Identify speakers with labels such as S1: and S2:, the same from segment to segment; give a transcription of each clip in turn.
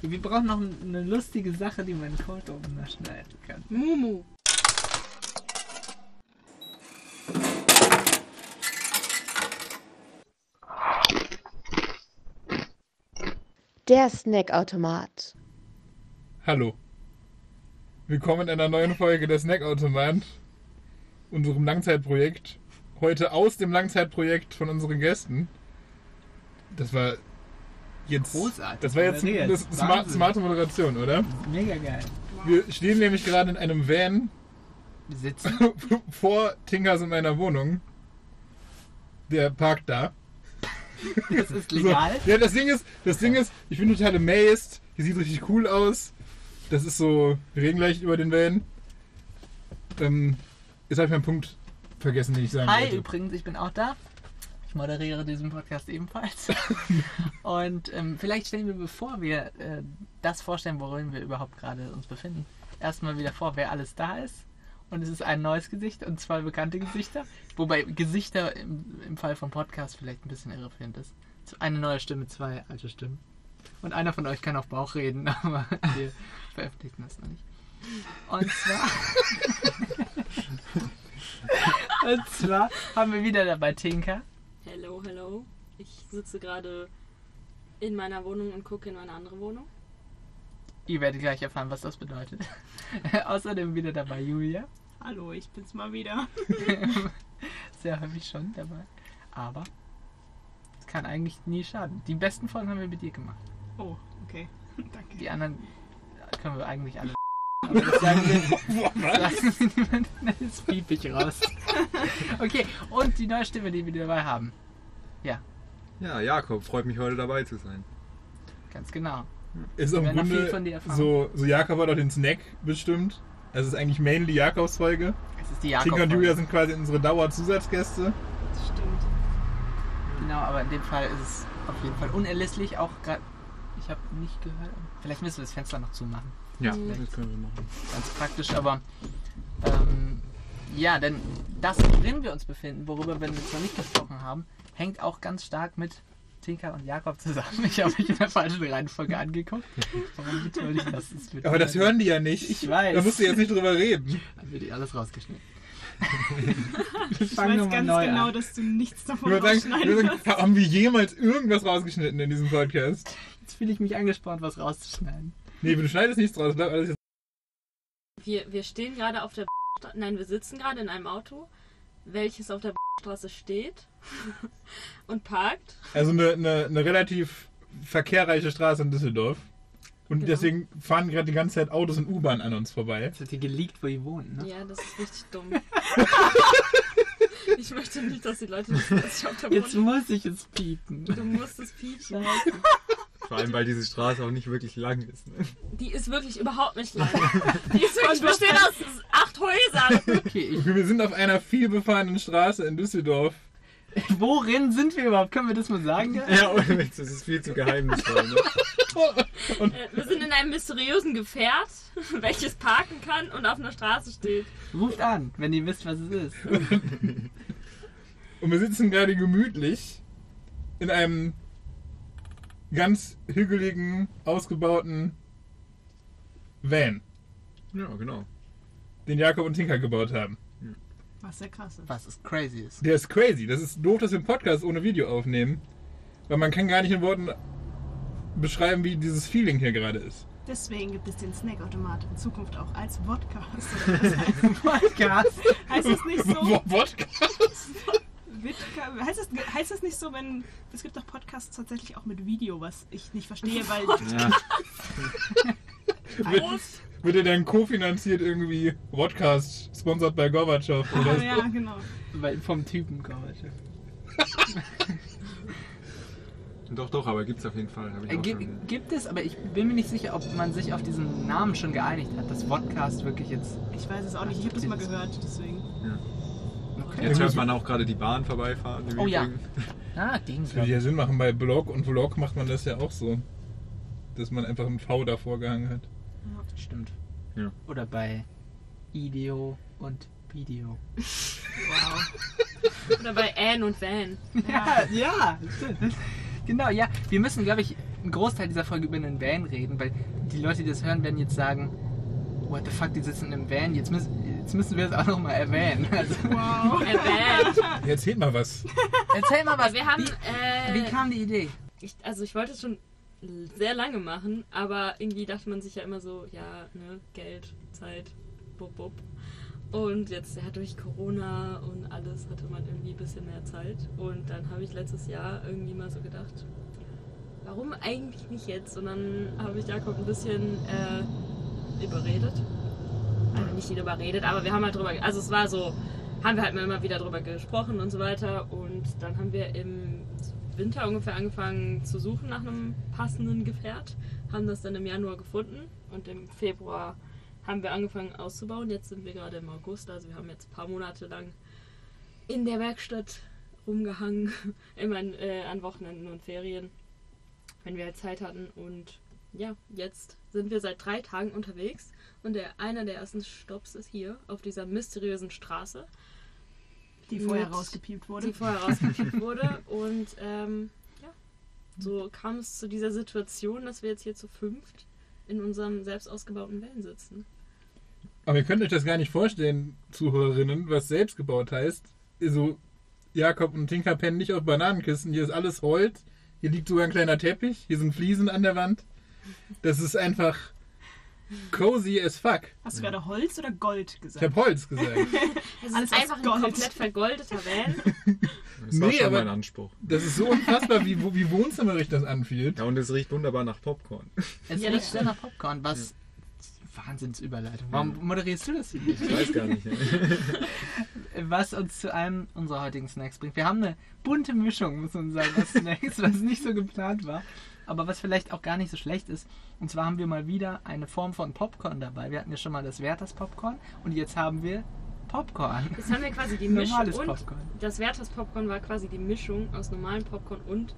S1: Wir brauchen noch eine lustige Sache, die man Cold Opener schneiden kann.
S2: Mumu.
S3: Der Snackautomat.
S4: Hallo. Willkommen in einer neuen Folge der Snackautomat, unserem Langzeitprojekt. Heute aus dem Langzeitprojekt von unseren Gästen. Das war jetzt.
S1: Großartig
S4: Das war jetzt
S1: moderiert.
S4: eine smart,
S1: Wahnsinn.
S4: smarte Moderation, oder?
S1: Mega geil.
S4: Wir stehen nämlich gerade in einem Van
S1: Wir sitzen.
S4: vor Tinkas in meiner Wohnung. Der parkt da.
S1: Das ist
S4: So.
S1: legal.
S4: Ja, das Ding ist, das Ding ist, ich bin total amazed. Die sieht richtig cool aus. Das ist so, wir reden gleich über den Van. Ähm, jetzt habe ich meinen Punkt vergessen, den ich sagen
S1: Hi
S4: wollte.
S1: übrigens, ich bin auch da. Ich moderiere diesen Podcast ebenfalls. Und ähm, vielleicht stellen wir, bevor wir äh, das vorstellen, worin wir überhaupt gerade uns befinden, erstmal wieder vor, wer alles da ist. Und es ist ein neues Gesicht und zwei bekannte Gesichter. Wobei Gesichter im, im Fall vom Podcast vielleicht ein bisschen irreführend ist. Eine neue Stimme, zwei alte Stimmen. Und einer von euch kann auf Bauch reden, aber wir veröffentlichen das noch nicht. Und zwar. Und zwar haben wir wieder dabei Tinka.
S2: Hello, hello. Ich sitze gerade in meiner Wohnung und gucke in meine andere Wohnung.
S1: Ihr werdet gleich erfahren, was das bedeutet. Außerdem wieder dabei Julia.
S5: Hallo, ich bin's mal wieder.
S1: Sehr häufig schon dabei. Aber es kann eigentlich nie schaden. Die besten Folgen haben wir mit dir gemacht.
S5: Oh, okay. Danke.
S1: Die anderen können wir eigentlich alle. Aber das sagen wir, das sagen wir niemandem. Nein, das piep ich raus. Okay, und die neue Stimme, die wir dabei haben.
S6: Ja, Jakob, freut mich heute dabei zu sein.
S1: Ganz genau.
S4: Ist auch
S1: Wir werden
S4: im
S1: noch viel von dir
S4: Grunde,
S1: erfahren.
S4: so, so Jakob hat auch den Snack bestimmt. Das ist eigentlich mainly Jakobs Folge.
S1: Es ist die
S4: Tinker
S1: Jakob.
S4: und Julia sind quasi unsere Dauerzusatzgäste.
S5: Das stimmt.
S1: Genau, aber in dem Fall ist es auf jeden Fall unerlässlich. Auch gerade. Ich habe nicht gehört. Vielleicht müssen wir das Fenster noch zumachen.
S6: Ja,
S2: Mhm.
S6: das können wir machen.
S1: ganz praktisch, aber ähm, ja, denn das, worin wir uns befinden, worüber wir jetzt noch nicht gesprochen haben, hängt auch ganz stark mit Tinker und Jakob zusammen. Ich habe mich in der falschen Reihenfolge angeguckt. Warum betone ich das? das wird
S4: Aber das
S1: wieder-
S4: hören die ja nicht.
S1: Ich weiß.
S4: Da musst du jetzt nicht drüber reden.
S1: Dann wird eh alles rausgeschnitten.
S5: Ich weiß ganz genau, dass du nichts
S4: Ich
S5: davon
S4: würde sagen, ich
S5: rausschneiden
S4: würde
S5: wirst.
S4: sagen, haben wir jemals irgendwas rausgeschnitten in diesem Podcast?
S1: Jetzt fühle ich mich angespornt, was rauszuschneiden.
S4: Nee, du schneidest nichts raus. Bleib alles
S2: Wir, wir stehen gerade auf der Stra- Nein, wir sitzen gerade in einem Auto, welches auf der Straße steht und parkt.
S4: Also eine, eine, eine relativ verkehrreiche Straße in Düsseldorf. Und
S2: Genau.
S4: deswegen fahren gerade die ganze Zeit Autos und U-Bahn an uns vorbei.
S1: Jetzt hat ihr geleakt, wo ihr wohnt, ne?
S2: Ja, das ist richtig dumm. ich möchte nicht, dass die Leute wissen, dass ich auf der
S1: Jetzt
S2: Wohnung
S1: muss ich es piepen.
S2: Du musst es piepsen.
S6: Vor allem, weil diese Straße auch nicht wirklich lang ist. Ne?
S2: Die ist wirklich überhaupt nicht lang. Die ist wirklich besteht aus acht Häusern.
S1: Okay,
S4: Wir sind auf einer vielbefahrenen Straße in Düsseldorf.
S1: ich, worin sind wir überhaupt? Können wir das mal sagen?
S6: Ja, ohne Witz, das ist viel zu geheimnisvoll. Ne?
S2: Äh, Wir sind in einem mysteriösen Gefährt, welches parken kann und auf einer Straße steht.
S1: Ruft an, wenn ihr wisst, was es ist.
S4: Und wir sitzen gerade gemütlich in einem ganz hügeligen, ausgebauten Van,
S6: Ja, genau.
S4: den Jakob und Tinker gebaut haben.
S5: Was sehr krass ist.
S1: Was ist crazy ist.
S4: Der ist crazy. Das ist doof, dass wir einen Podcast ohne Video aufnehmen. Weil man kann gar nicht in Worten beschreiben, wie dieses Feeling hier gerade ist.
S5: Deswegen gibt es den Snackautomat in Zukunft auch als Podcast.
S1: Podcast.
S5: heißt das nicht so?
S4: Podcast?
S5: Wodka- heißt, das, heißt das nicht so, wenn. Es gibt doch Podcasts tatsächlich auch mit Video, was ich nicht verstehe, weil.
S6: Ja.
S5: Groß.
S4: Wird er dann kofinanziert irgendwie? Podcast, sponsored by Gorbatschow
S5: Ah,
S4: oder
S5: ja, genau.
S1: Weil vom Typen kommt.
S6: Doch, doch, aber gibt's auf jeden Fall. Hab ich
S1: Äh,
S6: auch
S1: gibt,
S6: schon.
S1: gibt es, aber ich bin mir nicht sicher, ob man sich auf diesen Namen schon geeinigt hat, dass Podcast wirklich jetzt.
S5: Ich weiß es auch nicht. Ich habe das mal gehört, deswegen.
S6: Jetzt hört man auch gerade die Bahn vorbeifahren. im
S1: Oh ja.
S6: Übrigen.
S1: Ah, Ding.
S4: Würde ja Sinn machen, bei Blog und Vlog macht man das ja auch so. Dass man einfach ein V davor gehangen hat.
S1: Stimmt.
S6: Ja.
S1: Oder bei Ideo und Video.
S2: Oder bei Anne und Van.
S1: Ja, ja, stimmt. Genau, ja. Wir müssen, glaube ich, einen Großteil dieser Folge über einen Van reden, weil die Leute, die das hören, werden jetzt sagen, what the fuck, die sitzen in einem Van, jetzt müssen, jetzt müssen wir das auch nochmal erwähnen. Also,
S5: Wow.
S2: Erwähnt.
S4: Erzählt mal was.
S1: erzähl mal was.
S2: Äh, Wir haben,
S1: wie, wie
S2: äh,
S1: kam die Idee?
S2: ich, also ich wollte es schon sehr lange machen, aber irgendwie dachte man sich ja immer so, ja, ne, Geld, Zeit, bub, bub. Und jetzt, ja, durch Corona und alles hatte man irgendwie ein bisschen mehr Zeit. Und dann habe ich letztes Jahr irgendwie mal so gedacht, warum eigentlich nicht jetzt? Und dann habe ich Jakob ein bisschen äh, überredet. Also nicht ihn überredet, aber wir haben halt drüber, also es war so, haben wir halt immer wieder drüber gesprochen und so weiter. Und dann haben wir im Winter ungefähr angefangen zu suchen nach einem passenden Gefährt, haben das dann im Januar gefunden und im Februar haben wir angefangen auszubauen. Jetzt sind wir gerade im August, also wir haben jetzt ein paar Monate lang in der Werkstatt rumgehangen, immer an, äh, an Wochenenden und Ferien, wenn wir halt Zeit hatten. Und ja, jetzt sind wir seit drei Tagen unterwegs und der, einer der ersten Stops ist hier auf dieser mysteriösen Straße
S5: Die vorher
S2: Mit-
S5: rausgepiept
S2: die
S5: wurde.
S2: vorher rausgeschickt wurde. Und ähm, ja, so kam es zu dieser Situation, dass wir jetzt hier zu fünft in unserem selbst ausgebauten Van sitzen.
S4: Aber ihr könnt euch das gar nicht vorstellen, Zuhörerinnen, was selbstgebaut heißt. Also Jakob und Tinka pennen nicht auf Bananenkissen. Hier ist alles Holz. Hier liegt sogar ein kleiner Teppich. Hier sind Fliesen an der Wand. Das ist einfach cozy as fuck.
S5: Hast du gerade Holz oder Gold
S4: Ich
S5: gesagt?
S4: habe Holz gesagt.
S2: Also Es
S5: Alles
S2: ist
S5: aus
S2: einfach ein
S5: Gold.
S2: komplett vergoldeter Van.
S6: Das war
S4: Nee,
S6: schon
S4: aber-
S6: mein Anspruch.
S4: Das ist so unfassbar, wie, wo- wie wohnzimmerig das anfühlt.
S6: Ja, und es riecht wunderbar nach Popcorn.
S1: Es
S2: Ja,
S1: ja,
S2: das
S1: riecht sehr nach Popcorn, was Wahnsinnsüberleitung. Warum moderierst du das hier nicht?
S6: Ich weiß gar nicht.
S1: Was uns zu einem unserer heutigen Snacks bringt. Wir haben eine bunte Mischung, muss man sagen, aus Snacks, was nicht so geplant war, aber was vielleicht auch gar nicht so schlecht ist. Und zwar haben wir mal wieder eine Form von Popcorn dabei. Wir hatten ja schon mal das Werthers Popcorn und jetzt haben wir Popcorn.
S2: Jetzt haben wir quasi die Mischung
S1: Normales
S2: und
S1: Popcorn.
S2: das Werthers Popcorn war quasi die Mischung aus normalem Popcorn und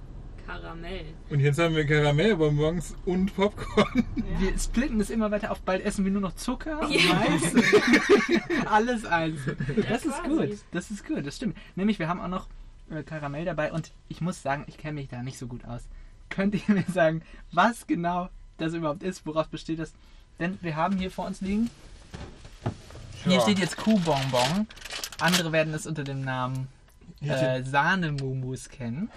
S2: Karamell.
S4: Und jetzt haben wir Karamellbonbons und Popcorn.
S1: Wir splitten es immer weiter auf, bald essen wir nur noch Zucker und
S2: Ja.
S1: Mais. Alles einzeln. Das ist
S2: quasi.
S1: gut, das ist gut, das stimmt. Nämlich, wir haben auch noch äh, Karamell dabei und ich muss sagen, ich kenne mich da nicht so gut aus. Könnt ihr mir sagen, was genau das überhaupt ist, woraus besteht das? Denn wir haben hier vor uns liegen, hier steht jetzt Kuhbonbon. Andere werden es unter dem Namen äh, Sahnemumus kennen.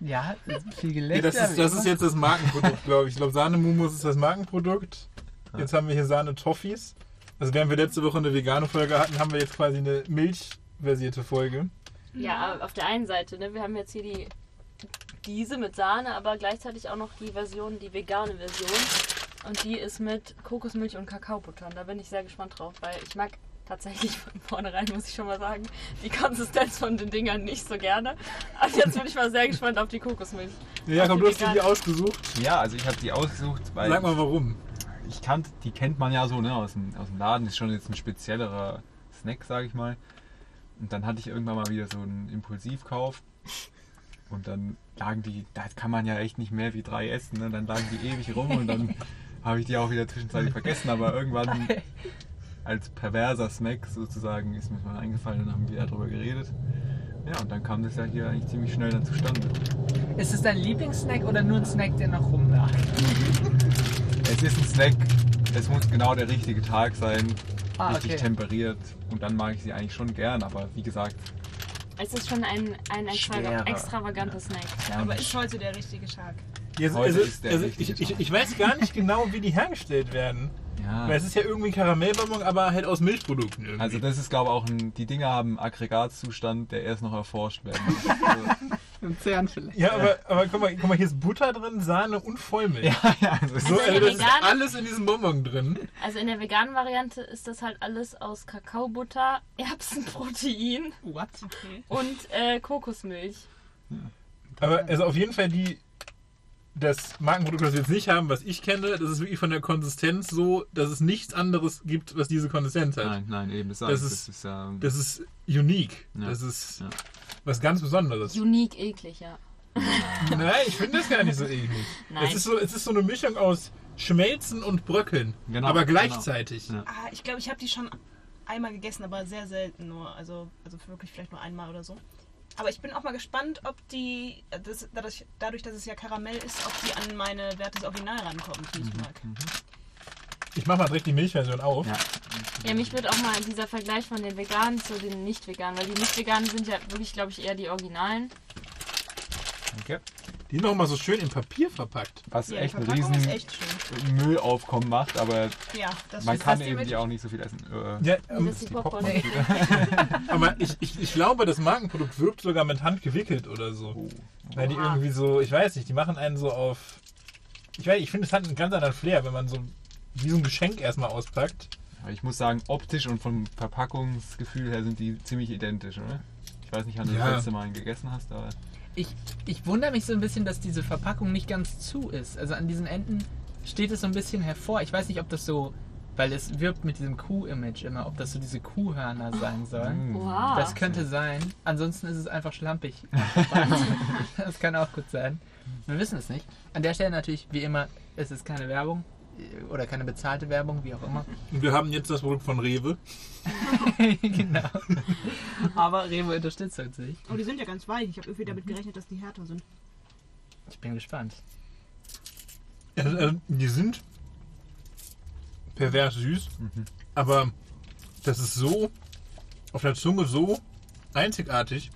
S1: Ja, viel
S4: Nee,
S1: Gelächter.
S4: das, ist, das
S1: wie
S4: ist
S1: immer.
S4: jetzt das Markenprodukt, glaube ich. Ich glaube, Sahne-Mumus ist das Markenprodukt. Jetzt haben wir hier Sahne-Toffees. Also während wir letzte Woche eine vegane Folge hatten, haben wir jetzt quasi eine milchversierte Folge.
S2: Ja, auf der einen Seite, ne? Wir haben jetzt hier die diese mit Sahne, aber gleichzeitig auch noch die Version, die vegane Version. Und die ist mit Kokosmilch und Kakaobutter. Und da bin ich sehr gespannt drauf, weil ich mag tatsächlich von vornherein, muss ich schon mal sagen, die Konsistenz von den Dingern nicht so gerne. Aber jetzt bin ich mal sehr gespannt auf die Kokosmilch.
S4: Ja, komm, du hast dir
S2: vegan.
S4: die ausgesucht.
S6: Ja, also ich habe die ausgesucht, weil
S4: Sag mal warum.
S6: ich kannte, die kennt man ja so ne, aus, dem, aus dem Laden, ist schon jetzt ein speziellerer Snack, sage ich mal. Und dann hatte ich irgendwann mal wieder so einen Impulsivkauf und dann lagen die, da kann man ja echt nicht mehr wie drei essen, ne? dann lagen die ewig rum und dann habe ich die auch wieder zwischenzeitlich vergessen, aber irgendwann als perverser Snack sozusagen ist mir mal eingefallen und haben wir darüber geredet. Ja, und dann kam das ja hier eigentlich ziemlich schnell dann zustande.
S1: Ist es dein Lieblingssnack oder nur ein Snack, der noch rumlag?
S6: Es ist ein Snack, es muss genau der richtige Tag sein,
S1: Ah,
S6: richtig
S1: okay.
S6: temperiert und dann mag ich sie eigentlich schon gern, aber wie gesagt,
S2: Es ist schon ein, ein
S6: extra- Schwerer.
S2: extravaganter Snack.
S6: ja,
S5: Aber ist heute der richtige Tag?
S4: Jetzt,
S6: Heute
S4: also,
S6: ist der
S4: also, ich,
S6: richtige
S4: ich,
S6: Tag.
S4: ich weiß gar nicht genau, wie die hergestellt werden.
S6: ja.
S4: Weil es ist ja irgendwie ein Karamellbonbon, aber halt aus Milchprodukten irgendwie.
S6: Also das ist glaube ich auch ein, die Dinger haben einen Aggregatzustand, der erst noch erforscht werden muss. Also,
S1: Im Zern vielleicht.
S4: ja, aber, aber guck, mal, guck mal, hier ist Butter drin, Sahne und Vollmilch.
S6: ja, ja, also es
S4: So,
S6: ist-
S2: Also
S4: also das ist
S2: vegan-
S4: alles in diesem Bonbon drin.
S2: Also in der veganen Variante ist das halt alles aus Kakaobutter, Erbsenprotein
S1: What?
S2: und äh, Kokosmilch.
S4: Aber also auf jeden Fall die, das Markenprodukt, das wir jetzt nicht haben, was ich kenne, das ist wirklich von der Konsistenz so, dass es nichts anderes gibt, was diese Konsistenz hat.
S6: nein, nein, eben das,
S4: Das
S6: das
S4: ist-
S6: ist, ähm, das ist ja,
S4: Das ist unique.
S6: Ja.
S4: Das ist
S6: Ja.
S4: was ganz Besonderes.
S2: Unique eklig, ja.
S4: Nein, ich finde das gar nicht so eklig.
S2: Nein.
S4: Es ist so, es ist so eine Mischung aus Schmelzen und Bröckeln,
S6: Genau,
S4: aber
S6: genau.
S4: gleichzeitig.
S6: Ja.
S5: Ah, ich glaube, ich habe die schon einmal gegessen, aber sehr selten nur. Also, also wirklich vielleicht nur einmal oder so. Aber ich bin auch mal gespannt, ob die, äh, das, dadurch, dadurch, dass es ja Karamell ist, ob die an meine Werte des Original rankommen, die
S6: Mhm.
S5: ich mag.
S4: Ich mache mal direkt die Milchversion auf.
S6: Ja.
S2: Ja, mich würde auch mal dieser Vergleich von den Veganen zu den Nicht-Veganen, weil die Nicht-Veganen sind ja wirklich, glaube ich, eher die Originalen.
S6: Danke.
S4: Die sind auch mal so schön in Papier verpackt.
S6: Was
S5: Ja,
S6: echt
S5: die
S6: einen
S5: Verpackung
S6: riesen
S5: ist echt schön.
S6: Müllaufkommen macht, aber
S5: Ja, das
S6: man
S5: stimmt.
S6: kann
S5: Das
S6: eben
S5: mit-
S6: die auch nicht so viel essen. Äh,
S4: Ja,
S2: Das
S4: ähm,
S2: ist die
S6: die
S2: Popcorn.
S6: Popcorn.
S4: aber ich, ich, ich glaube, das Markenprodukt wirbt sogar mit Hand gewickelt oder so. Weil die
S2: Oha.
S4: irgendwie so, ich weiß nicht, die machen einen so auf. Ich weiß, ich finde, es hat einen ganz anderen Flair, wenn man so wie so ein Geschenk erstmal auspackt.
S6: Aber ich muss sagen, optisch und vom Verpackungsgefühl her sind die ziemlich identisch, oder? Ich weiß nicht, wann du
S4: Ja.
S6: das letzte Mal einen gegessen hast, aber
S1: Ich, ich wundere mich so ein bisschen, dass diese Verpackung nicht ganz zu ist. Also an diesen Enden steht es so ein bisschen hervor. Ich weiß nicht, ob das so, weil es wirbt mit diesem Kuh-Image immer, ob das so diese Kuhhörner sein sollen.
S5: Oh,
S2: Wow.
S1: Das könnte sein. Ansonsten ist es einfach schlampig. das kann auch gut sein. Wir wissen es nicht. An der Stelle natürlich, wie immer, es ist keine Werbung äh, oder keine bezahlte Werbung, wie auch immer.
S4: Und wir haben jetzt das Produkt von Rewe.
S1: genau. Aber Rewe unterstützt uns nicht.
S5: Oh, die sind ja ganz weich. Ich habe irgendwie
S6: Mhm.
S5: damit gerechnet, dass die härter sind.
S1: Ich bin gespannt.
S4: Also, also, die sind pervers süß,
S6: Mhm.
S4: aber das ist so auf der Zunge so einzigartig.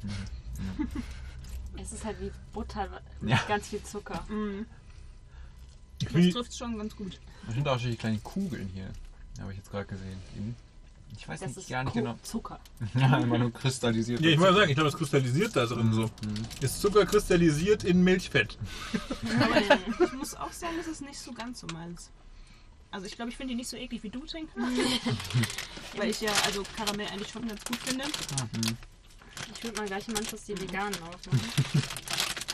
S2: Es ist halt wie Butter mit
S6: Ja.
S2: ganz viel Zucker.
S4: Ich
S5: Das
S4: find-
S5: trifft schon ganz gut.
S6: Das sind auch solche kleinen Kugeln hier. Habe ich jetzt gerade gesehen. Innen. Ich weiß
S2: Das
S6: nicht,
S2: ist
S6: gar nicht
S2: Ku-
S6: genau.
S2: Zucker.
S6: Ja, immer nur kristallisiert.
S4: ja, ich wollte sagen, ich glaube, es kristallisiert da drin so. Ist Zucker kristallisiert in Milchfett.
S5: Ich muss auch sagen, das ist nicht so ganz so meins. Also ich glaube, ich finde die nicht so eklig wie du, Tinker. Weil ich ja also Karamell eigentlich schon ganz gut finde.
S2: Ich würde mal gleich im Anschluss die Veganen
S6: Mhm.
S2: aufmachen.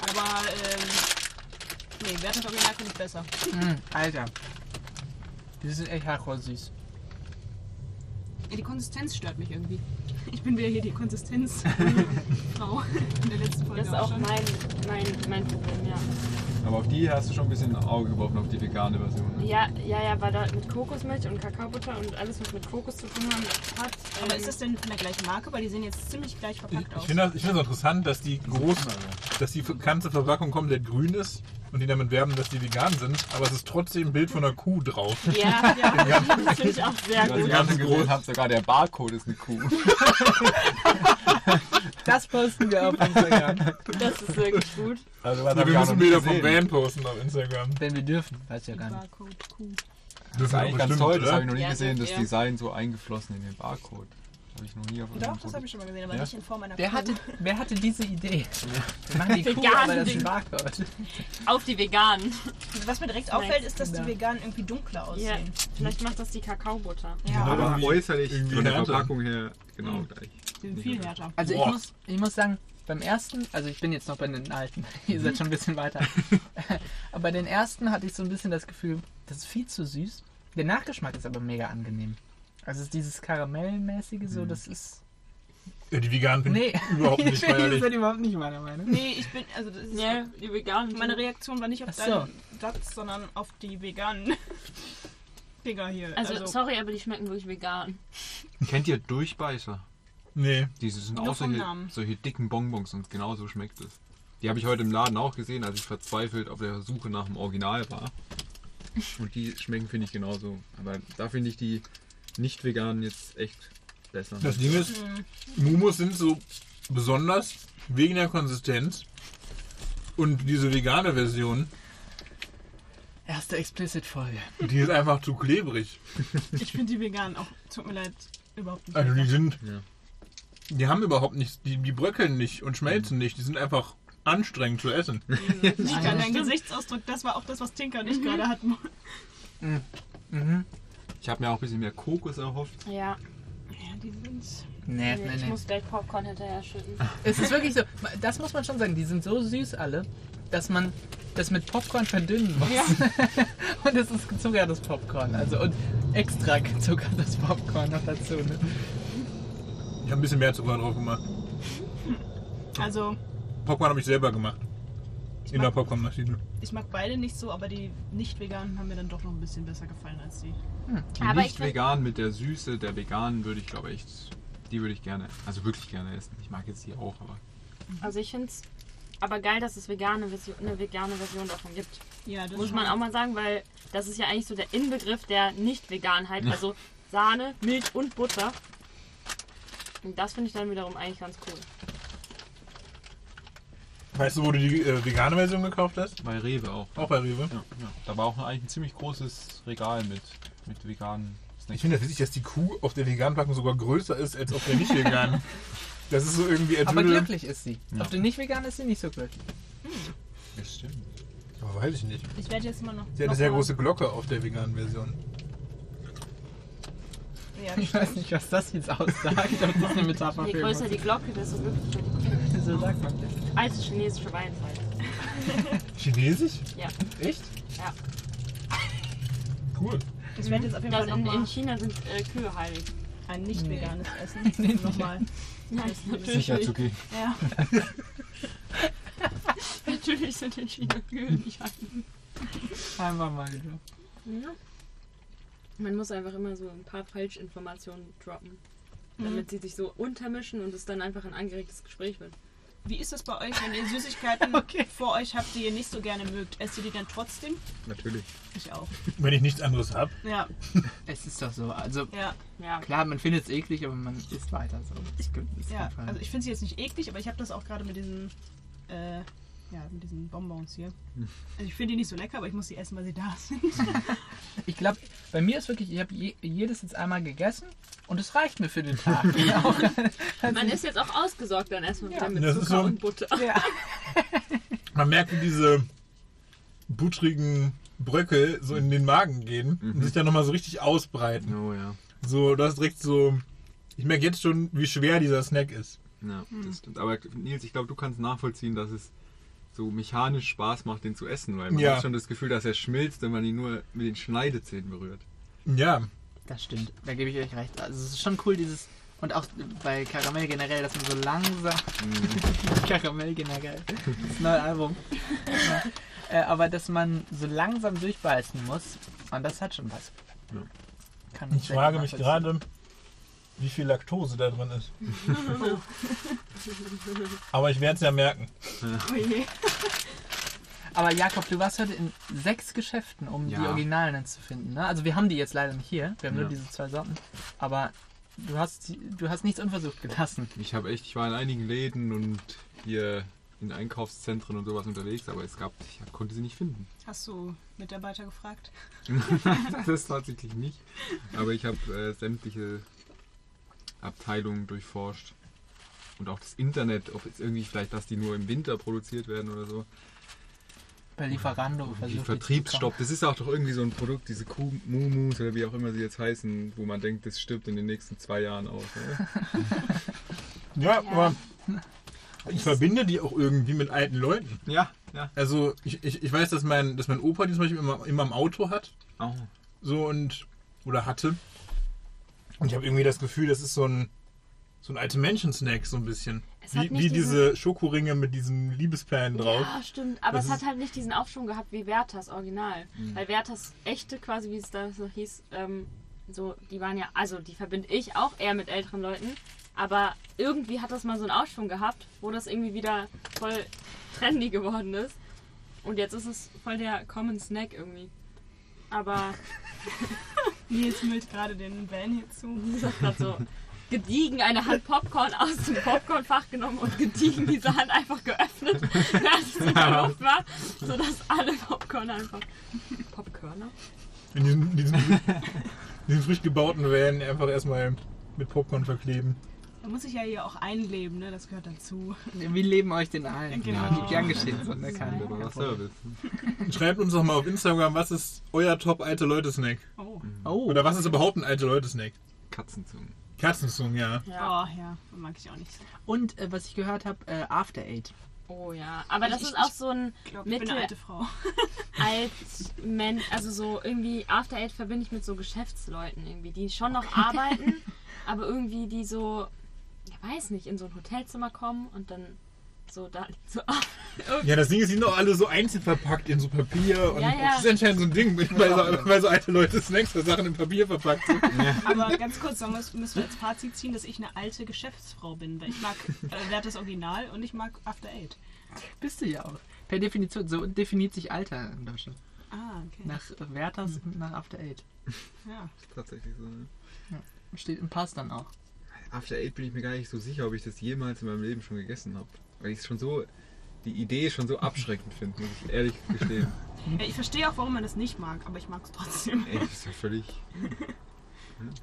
S5: Aber ähm, nee, Wert des Original finde ich besser.
S1: Mm, Alter. Die sind echt hardcore süß.
S5: Ja, die Konsistenz stört mich irgendwie. Ich bin wieder hier die Konsistenz Frau in der letzten Folge.
S2: Das ist auch mein, mein, mein Problem, ja.
S6: Aber auf die hast du schon ein bisschen ein Auge geworfen, auf die vegane Version. ne?
S2: Ja, ja, ja, weil da mit Kokosmilch und Kakaobutter und alles, was mit Kokos zu tun hat, hat.
S5: Aber
S2: ähm,
S5: ist das denn von der gleichen Marke? Weil die sehen jetzt ziemlich gleich verpackt
S4: Ich
S5: aus.
S4: finde das, ich find das interessant, dass die großen, dass die ganze Verpackung komplett grün ist und die damit werben, dass die vegan sind, aber es ist trotzdem ein Bild von einer Kuh drauf.
S2: Ja, ja, das finde ich auch sehr
S6: Was
S2: gut.
S6: ich
S4: ganz
S6: gerade
S4: groß.
S6: gesehen habe, sogar der Barcode ist eine Kuh.
S1: Das posten wir auf Instagram.
S2: Das ist wirklich gut.
S6: Also, was
S4: Ja,
S6: hab ich
S4: wir müssen
S6: auch noch nicht
S4: Bilder vom
S6: gesehen.
S4: Van posten auf Instagram.
S1: Wenn wir dürfen. Weiß ja
S5: Die
S1: gar nicht.
S5: Barcode, cool.
S4: Das
S6: Das ist eigentlich ganz toll, das habe ich noch nie
S2: Ja,
S6: gesehen, das
S2: ja.
S6: Design so eingeflossen in den Barcode. Habe ich noch nie auf
S5: Doch,
S6: einem
S5: das
S6: Foto-
S5: habe ich schon mal gesehen, aber
S6: Ja?
S5: nicht in Form einer
S1: Wer
S5: Kuh.
S1: hatte, wer hatte diese Idee? Wir machen die Kuh,
S2: Veganen
S1: aber das ist ein
S2: Ding.
S1: Barcode.
S2: Auf die Veganen.
S5: Was mir direkt auffällt, ist, dass die
S1: Ja.
S5: Veganen irgendwie dunkler
S2: Ja,
S5: aussehen.
S2: vielleicht macht das die Kakaobutter.
S5: Ja,
S4: aber
S6: Aber äußerlich
S4: irgendwie
S6: von der
S4: härter.
S6: Verpackung her genau
S2: Mhm.
S6: gleich.
S5: die sind viel härter.
S1: Also ich
S4: Boah.
S1: muss, ich muss sagen, beim ersten, also ich bin jetzt noch bei den alten, ihr
S4: Mhm.
S1: seid schon ein bisschen weiter. aber bei den ersten hatte ich so ein bisschen das Gefühl, das ist viel zu süß. Der Nachgeschmack ist aber mega angenehm. Also es ist dieses Karamellmäßige so, das ist...
S4: Ja, die veganen finde
S1: Nee,
S4: ich Mhm. überhaupt
S1: ich
S4: nicht
S1: finde, das
S4: feierlich.
S1: ist überhaupt nicht meiner Meinung.
S5: Nee, ich bin, also das ist,
S2: Ja, die Veganen.
S5: meine Reaktion war nicht auf
S1: Ach so.
S5: deinen Satz, sondern auf die veganen Dinger hier.
S2: also, sorry, aber die schmecken wirklich vegan.
S6: Kennt ihr Durchbeißer?
S4: Nee.
S6: Die sind
S5: Nur
S6: auch
S5: vom
S6: solche,
S5: Namen.
S6: solche dicken Bonbons und genau so schmeckt es. Die habe ich heute im Laden auch gesehen, als ich verzweifelt auf der Suche nach dem Original war. Und die schmecken, finde ich, genauso. Aber da finde ich die nicht-veganen jetzt echt besser.
S4: Das Ding ist, Mumos sind so besonders wegen der Konsistenz und diese vegane Version,
S1: Erste Explicit-Folge.
S4: die ist einfach zu klebrig.
S5: ich finde die veganen auch, tut mir leid, überhaupt nicht.
S4: Also die sind,
S6: Ja.
S4: die haben überhaupt nichts, die, die bröckeln nicht und schmelzen nicht, die sind einfach anstrengend zu essen.
S5: Nika,
S1: Ja,
S5: dein Gesichtsausdruck, das war auch das, was Tinker und ich gerade hatten.
S6: Ich habe mir auch ein bisschen mehr Kokos erhofft.
S2: Ja,
S5: Ja, die sind.
S1: Nee,
S2: ich
S1: nee, nee.
S2: muss gleich Popcorn hinterher schütten.
S1: Es ist wirklich so, das muss man schon sagen, die sind so süß alle, dass man das mit Popcorn verdünnen muss. und es ist gezuckertes Popcorn, also und extra gezuckertes Popcorn noch dazu. Ne?
S4: Ich habe ein bisschen mehr Zucker drauf gemacht.
S5: Also,
S4: Popcorn habe ich selber gemacht. In der
S5: mag-
S4: Popcornmaschine.
S5: ich mag beide nicht so, aber die nicht-veganen haben mir dann doch noch ein bisschen besser gefallen als die.
S6: Die
S2: Aber ich find-
S6: nicht-veganen mit der Süße der veganen würde ich, glaube ich, echt, die würde ich gerne, also wirklich gerne essen. Ich mag jetzt die auch, aber
S2: Also ich finde es aber geil, dass es vegane Version, eine vegane Version davon gibt.
S5: Ja, das
S2: Muss man auch mal sagen, weil das ist ja eigentlich so der Inbegriff der Nicht-Veganheit. Also Sahne, Milch und Butter. Und das finde ich dann wiederum eigentlich ganz cool.
S4: Weißt du, wo du die äh, vegane Version gekauft hast?
S6: Bei Rewe auch.
S4: Auch bei Rewe?
S6: Ja, ja. Da war auch eigentlich ein ziemlich großes Regal mit, mit veganen
S4: Ich
S6: Snacks.
S4: finde das witzig, dass die Kuh auf der veganen Packung sogar größer ist als auf der nicht veganen. Das ist so irgendwie, als
S1: Aber
S4: würde...
S1: glücklich ist sie.
S6: Ja.
S1: Auf den Nicht-Veganen ist sie nicht so glücklich.
S6: das stimmt.
S4: Aber Oh, weiß ich nicht.
S5: Ich werde jetzt immer noch.
S4: Sie hat
S5: noch
S4: eine sehr
S5: mal-
S4: große Glocke auf der veganen Version.
S5: Ja,
S1: Ich weiß nicht, was das jetzt aussagt, ob das eine Metapher
S2: Je
S1: für
S2: größer
S1: irgendwas
S2: die Glocke, desto glücklicher die Kuh.
S1: ist. So sagt man das.
S2: Altes chinesische Weihnachtszeit.
S4: Chinesisch?
S2: Ja.
S4: Echt?
S2: Ja.
S4: Cool.
S5: ich werde jetzt auf jeden Fall
S2: Also in, in
S5: nochmal
S2: China sind äh, Kühe heilig.
S5: ein nicht veganes Essen. Nochmal.
S2: Ja, natürlich.
S6: Sicher zu gehen.
S5: Ja.
S2: Natürlich sind in China Kühe nicht heilig.
S1: Einfach mal gedroppt.
S2: Man muss einfach immer so ein paar Falschinformationen droppen, damit sie sich so untermischen und es dann einfach ein angeregtes Gespräch wird.
S5: Wie ist das bei euch, wenn ihr Süßigkeiten
S1: Okay.
S5: vor euch habt, die ihr nicht so gerne mögt? Esst ihr die dann trotzdem?
S6: Natürlich.
S5: Ich auch.
S4: Wenn ich nichts anderes habe.
S5: Ja,
S1: Es ist doch so. Also
S5: ja,
S2: Ja.
S1: klar, man findet es eklig, aber man isst weiter so. Ich könnte es
S5: ja.
S1: nicht
S5: Also ich finde sie jetzt nicht eklig, aber ich habe das auch gerade mit diesen, äh, ja, mit diesen Bonbons hier. Also ich finde die nicht so lecker, aber ich muss sie essen, weil sie da sind.
S1: Ich glaube, bei mir ist wirklich, ich habe je, jedes jetzt einmal gegessen und es reicht mir für den Tag. ja. auch.
S2: Man ist jetzt auch ausgesorgt dann erstmal wieder mit
S4: Das
S2: Zucker
S4: ist so-
S2: und Butter.
S4: Man merkt, wie diese buttrigen Bröckel so in den Magen gehen und sich dann nochmal so richtig ausbreiten.
S6: Oh ja.
S4: So, du hast direkt so. Ich merke jetzt schon, wie schwer dieser Snack ist.
S6: ja das stimmt. Aber Nils, ich glaube, du kannst nachvollziehen, dass es so mechanisch Spaß macht, den zu essen, weil man
S4: Ja.
S6: hat schon das Gefühl, dass er schmilzt, wenn man ihn nur mit den Schneidezähnen berührt.
S4: Ja,
S1: Das stimmt, da gebe ich euch recht. Also es ist schon cool, dieses. Und auch bei Karamell generell, dass man so langsam. Karamell generell. Das neue Album. ja. äh, aber dass man so langsam durchbeißen muss. Und das hat schon was.
S6: Ja.
S1: Kann
S4: ich
S1: sehr
S4: frage
S1: gut
S4: mich
S1: nachvollziehen.
S4: gerade, wie viel Laktose da drin ist. Aber ich werde es ja merken.
S1: Aber Jakob, du warst heute in sechs Geschäften, um die
S6: Ja.
S1: Originalen dann zu finden. Ne? Also wir haben die jetzt leider nicht hier. Wir haben nur
S6: Ja.
S1: diese zwei Sorten. Aber du hast, die- du hast nichts unversucht gelassen.
S6: Ich habe echt, ich war in einigen Läden und hier in Einkaufszentren und sowas unterwegs, aber es gab, ich konnte sie nicht finden.
S5: Hast du Mitarbeiter gefragt?
S6: das tatsächlich nicht. Aber ich habe äh, sämtliche Abteilungen durchforscht. Und auch das Internet, ob jetzt irgendwie vielleicht, dass die nur im Winter produziert werden oder so.
S1: Bei Lieferando versucht. die
S6: Die
S1: zu
S6: Vertriebsstopp, das ist auch doch irgendwie so ein Produkt, diese Kuh, Mumus oder wie auch immer sie jetzt heißen, wo man denkt, das stirbt in den nächsten zwei Jahren aus. Oder?
S4: Ja, aber ich verbinde die auch irgendwie mit alten Leuten.
S6: Ja, ja.
S4: Also ich, ich, ich weiß, dass mein, dass mein Opa die zum Beispiel immer, immer im Auto hat.
S6: Oh.
S4: So und oder hatte. Und ich habe irgendwie das Gefühl, das ist so ein so ein alte Menschen-Snack, so ein bisschen.
S2: Es hat
S4: Wie,
S2: nicht
S4: wie
S2: diese-
S4: diese Schokoringe mit diesem Liebesplan drauf.
S2: Ja, stimmt. Aber
S4: Das
S2: es hat
S4: ist- Hm.
S2: halt nicht diesen Aufschwung gehabt wie Werthers Original. Weil Werthers echte, quasi wie es da noch hieß, ähm, so, die waren ja, also die verbinde ich auch eher mit älteren Leuten. Aber irgendwie hat das mal so einen Aufschwung gehabt, wo das irgendwie wieder voll trendy geworden ist. Und jetzt ist es voll der Common Snack irgendwie. Aber
S5: Nils müllt gerade den Van hier zu.
S2: ich hab grad so gediegen eine Hand Popcorn aus dem Popcornfach genommen und gediegen diese Hand einfach geöffnet, während es in der Luft war, sodass alle Popcorn einfach. Popkörner?
S4: In diesem, in diesem, in diesem frisch gebauten Van einfach erstmal mit Popcorn verkleben.
S5: Da muss ich ja hier auch einleben, ne? Das gehört dazu.
S1: Wir leben euch den ein.
S5: Genau.
S1: Gern geschehen, so, ne? Kein- kein
S6: Das war der
S1: Problem.
S6: Service.
S4: Schreibt uns doch mal auf Instagram, was ist euer top alte Leute-Snack?
S5: Oh,
S1: Oh,
S4: Oder was ist überhaupt ein alte Leute-Snack?
S6: Katzenzungen.
S4: Katzenzungen, ja.
S2: Ja.
S5: oh ja, mag ich auch nicht.
S1: und äh, was ich gehört habe, äh, After Eight.
S2: Oh ja. Aber das
S5: Ich-
S2: ist
S5: ich-
S2: auch so ein
S5: Ich glaube, ich bin eine alte
S2: mittelalt
S5: Frau.
S2: Mensch, also so irgendwie After Eight verbinde ich mit so Geschäftsleuten irgendwie, die schon noch arbeiten, aber irgendwie die so, ich weiß nicht, in so ein Hotelzimmer kommen und dann So, da liegt so ab.
S4: Ja, das Ding ist, die sind doch alle so einzeln verpackt in so Papier. Und
S2: Ja, ja.
S4: Das ist anscheinend so ein Ding, weil so, weil so alte Leute Snacks oder Sachen in Papier verpackt sind.
S5: Aber ganz kurz, da muss- müssen wir als Fazit ziehen, dass ich eine alte Geschäftsfrau bin. Weil ich mag äh, Wert das Original und ich mag After Eight.
S1: Bist du ja auch. Per Definition, so definiert sich Alter in Deutschland.
S5: Ah, okay.
S1: Nach Werthers und nach After Eight.
S5: Ja.
S6: Tatsächlich so. ne?
S1: Steht im Pass dann auch.
S6: After Eight bin ich mir gar nicht so sicher, ob ich das jemals in meinem Leben schon gegessen habe. Weil ich es schon so, die Idee schon so abschreckend finde, muss ich ehrlich gestehen.
S5: Ja, ich verstehe auch, warum man das nicht mag, aber ich mag es trotzdem.
S6: Ey, das ist ja völlig.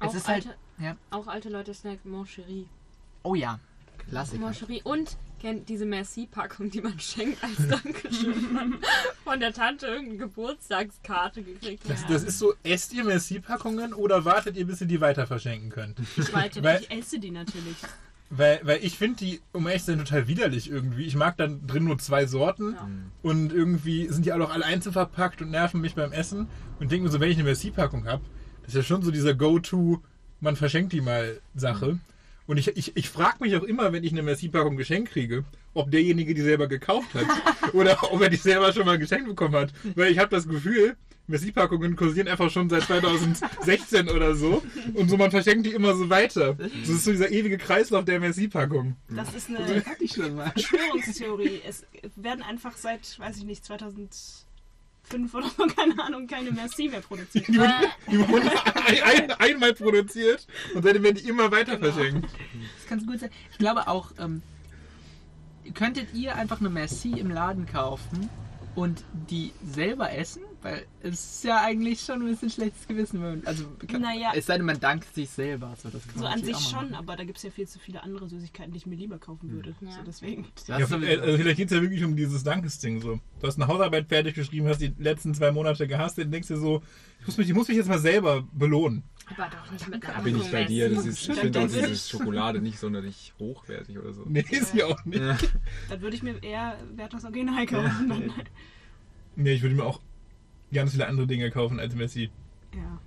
S2: Auch,
S1: ist halt-
S2: alte,
S1: ja.
S2: auch alte Leute snacken Mancherie.
S1: Oh ja, Klassiker.
S2: Mancherie und kennt diese Merci-Packung, die man schenkt als Dankeschön. Von der Tante irgendeine Geburtstagskarte gekriegt.
S4: Das, das ist so, esst ihr Merci-Packungen oder wartet ihr, bis ihr die weiter verschenken könnt?
S2: Ich weite
S4: Weil,
S5: Ich esse die natürlich.
S4: weil, weil ich finde die, um ehrlich zu sein, total widerlich irgendwie. Ich mag dann drin nur zwei Sorten
S2: Ja.
S4: und irgendwie sind die alle auch alle einzeln verpackt und nerven mich beim Essen und denken so, wenn ich eine Merci-Packung habe, das ist ja schon so dieser Go-To, man verschenkt die mal Sache. Und ich, ich, ich frage mich auch immer, wenn ich eine Merci-Packung geschenkt kriege, ob derjenige die selber gekauft hat oder ob er die selber schon mal geschenkt bekommen hat. Weil ich habe das Gefühl, Merci-Packungen kursieren einfach schon seit 2016 oder so. Und so man verschenkt die immer so weiter. Das ist so dieser ewige Kreislauf der Merci-Packung.
S5: Das ist eine
S1: Hatte ich schon mal.
S5: Verschwörungstheorie. Es werden einfach seit, weiß ich nicht, 2005 oder so, keine Ahnung, keine Merci mehr produziert.
S4: Die wurden, die wurden ein, ein, einmal produziert und seitdem werden die immer weiter verschenkt.
S1: Das kann gut sein. Ich glaube auch, ähm, könntet ihr einfach eine Merci im Laden kaufen und die selber essen? Weil es ist ja eigentlich schon ein bisschen schlechtes Gewissen. Wenn man, also,
S5: Naja.
S1: es sei denn, man dankt sich selber. So, das kann
S5: So
S1: man
S5: Also an
S1: natürlich
S5: sich
S1: auch mal
S5: schon,
S1: machen.
S5: aber da gibt es ja viel zu viele andere Süßigkeiten, die ich mir lieber kaufen würde.
S2: Ja.
S5: So deswegen.
S1: Das
S4: Hm. Ja,
S1: ist
S4: äh,
S1: sowieso-
S4: also vielleicht geht es ja wirklich um dieses Dankesding so. Du hast eine Hausarbeit fertig geschrieben, hast die letzten zwei Monate gehasst, dann denkst du dir so, ich muss mich, ich muss mich jetzt mal selber belohnen.
S2: Aber doch nicht mit einer
S6: Da bin ich bei dir. Das ist, ich
S5: Dann-
S6: finde auch
S5: dann würde
S6: diese Schokolade nicht sonderlich hochwertig oder so.
S4: Nee, ist ja auch nicht.
S6: Ja.
S5: Dann würde ich mir eher Wert das Original kaufen. Dann,
S4: Nee, ich würde mir auch ganz viele andere Dinge kaufen als Messi.
S5: ja.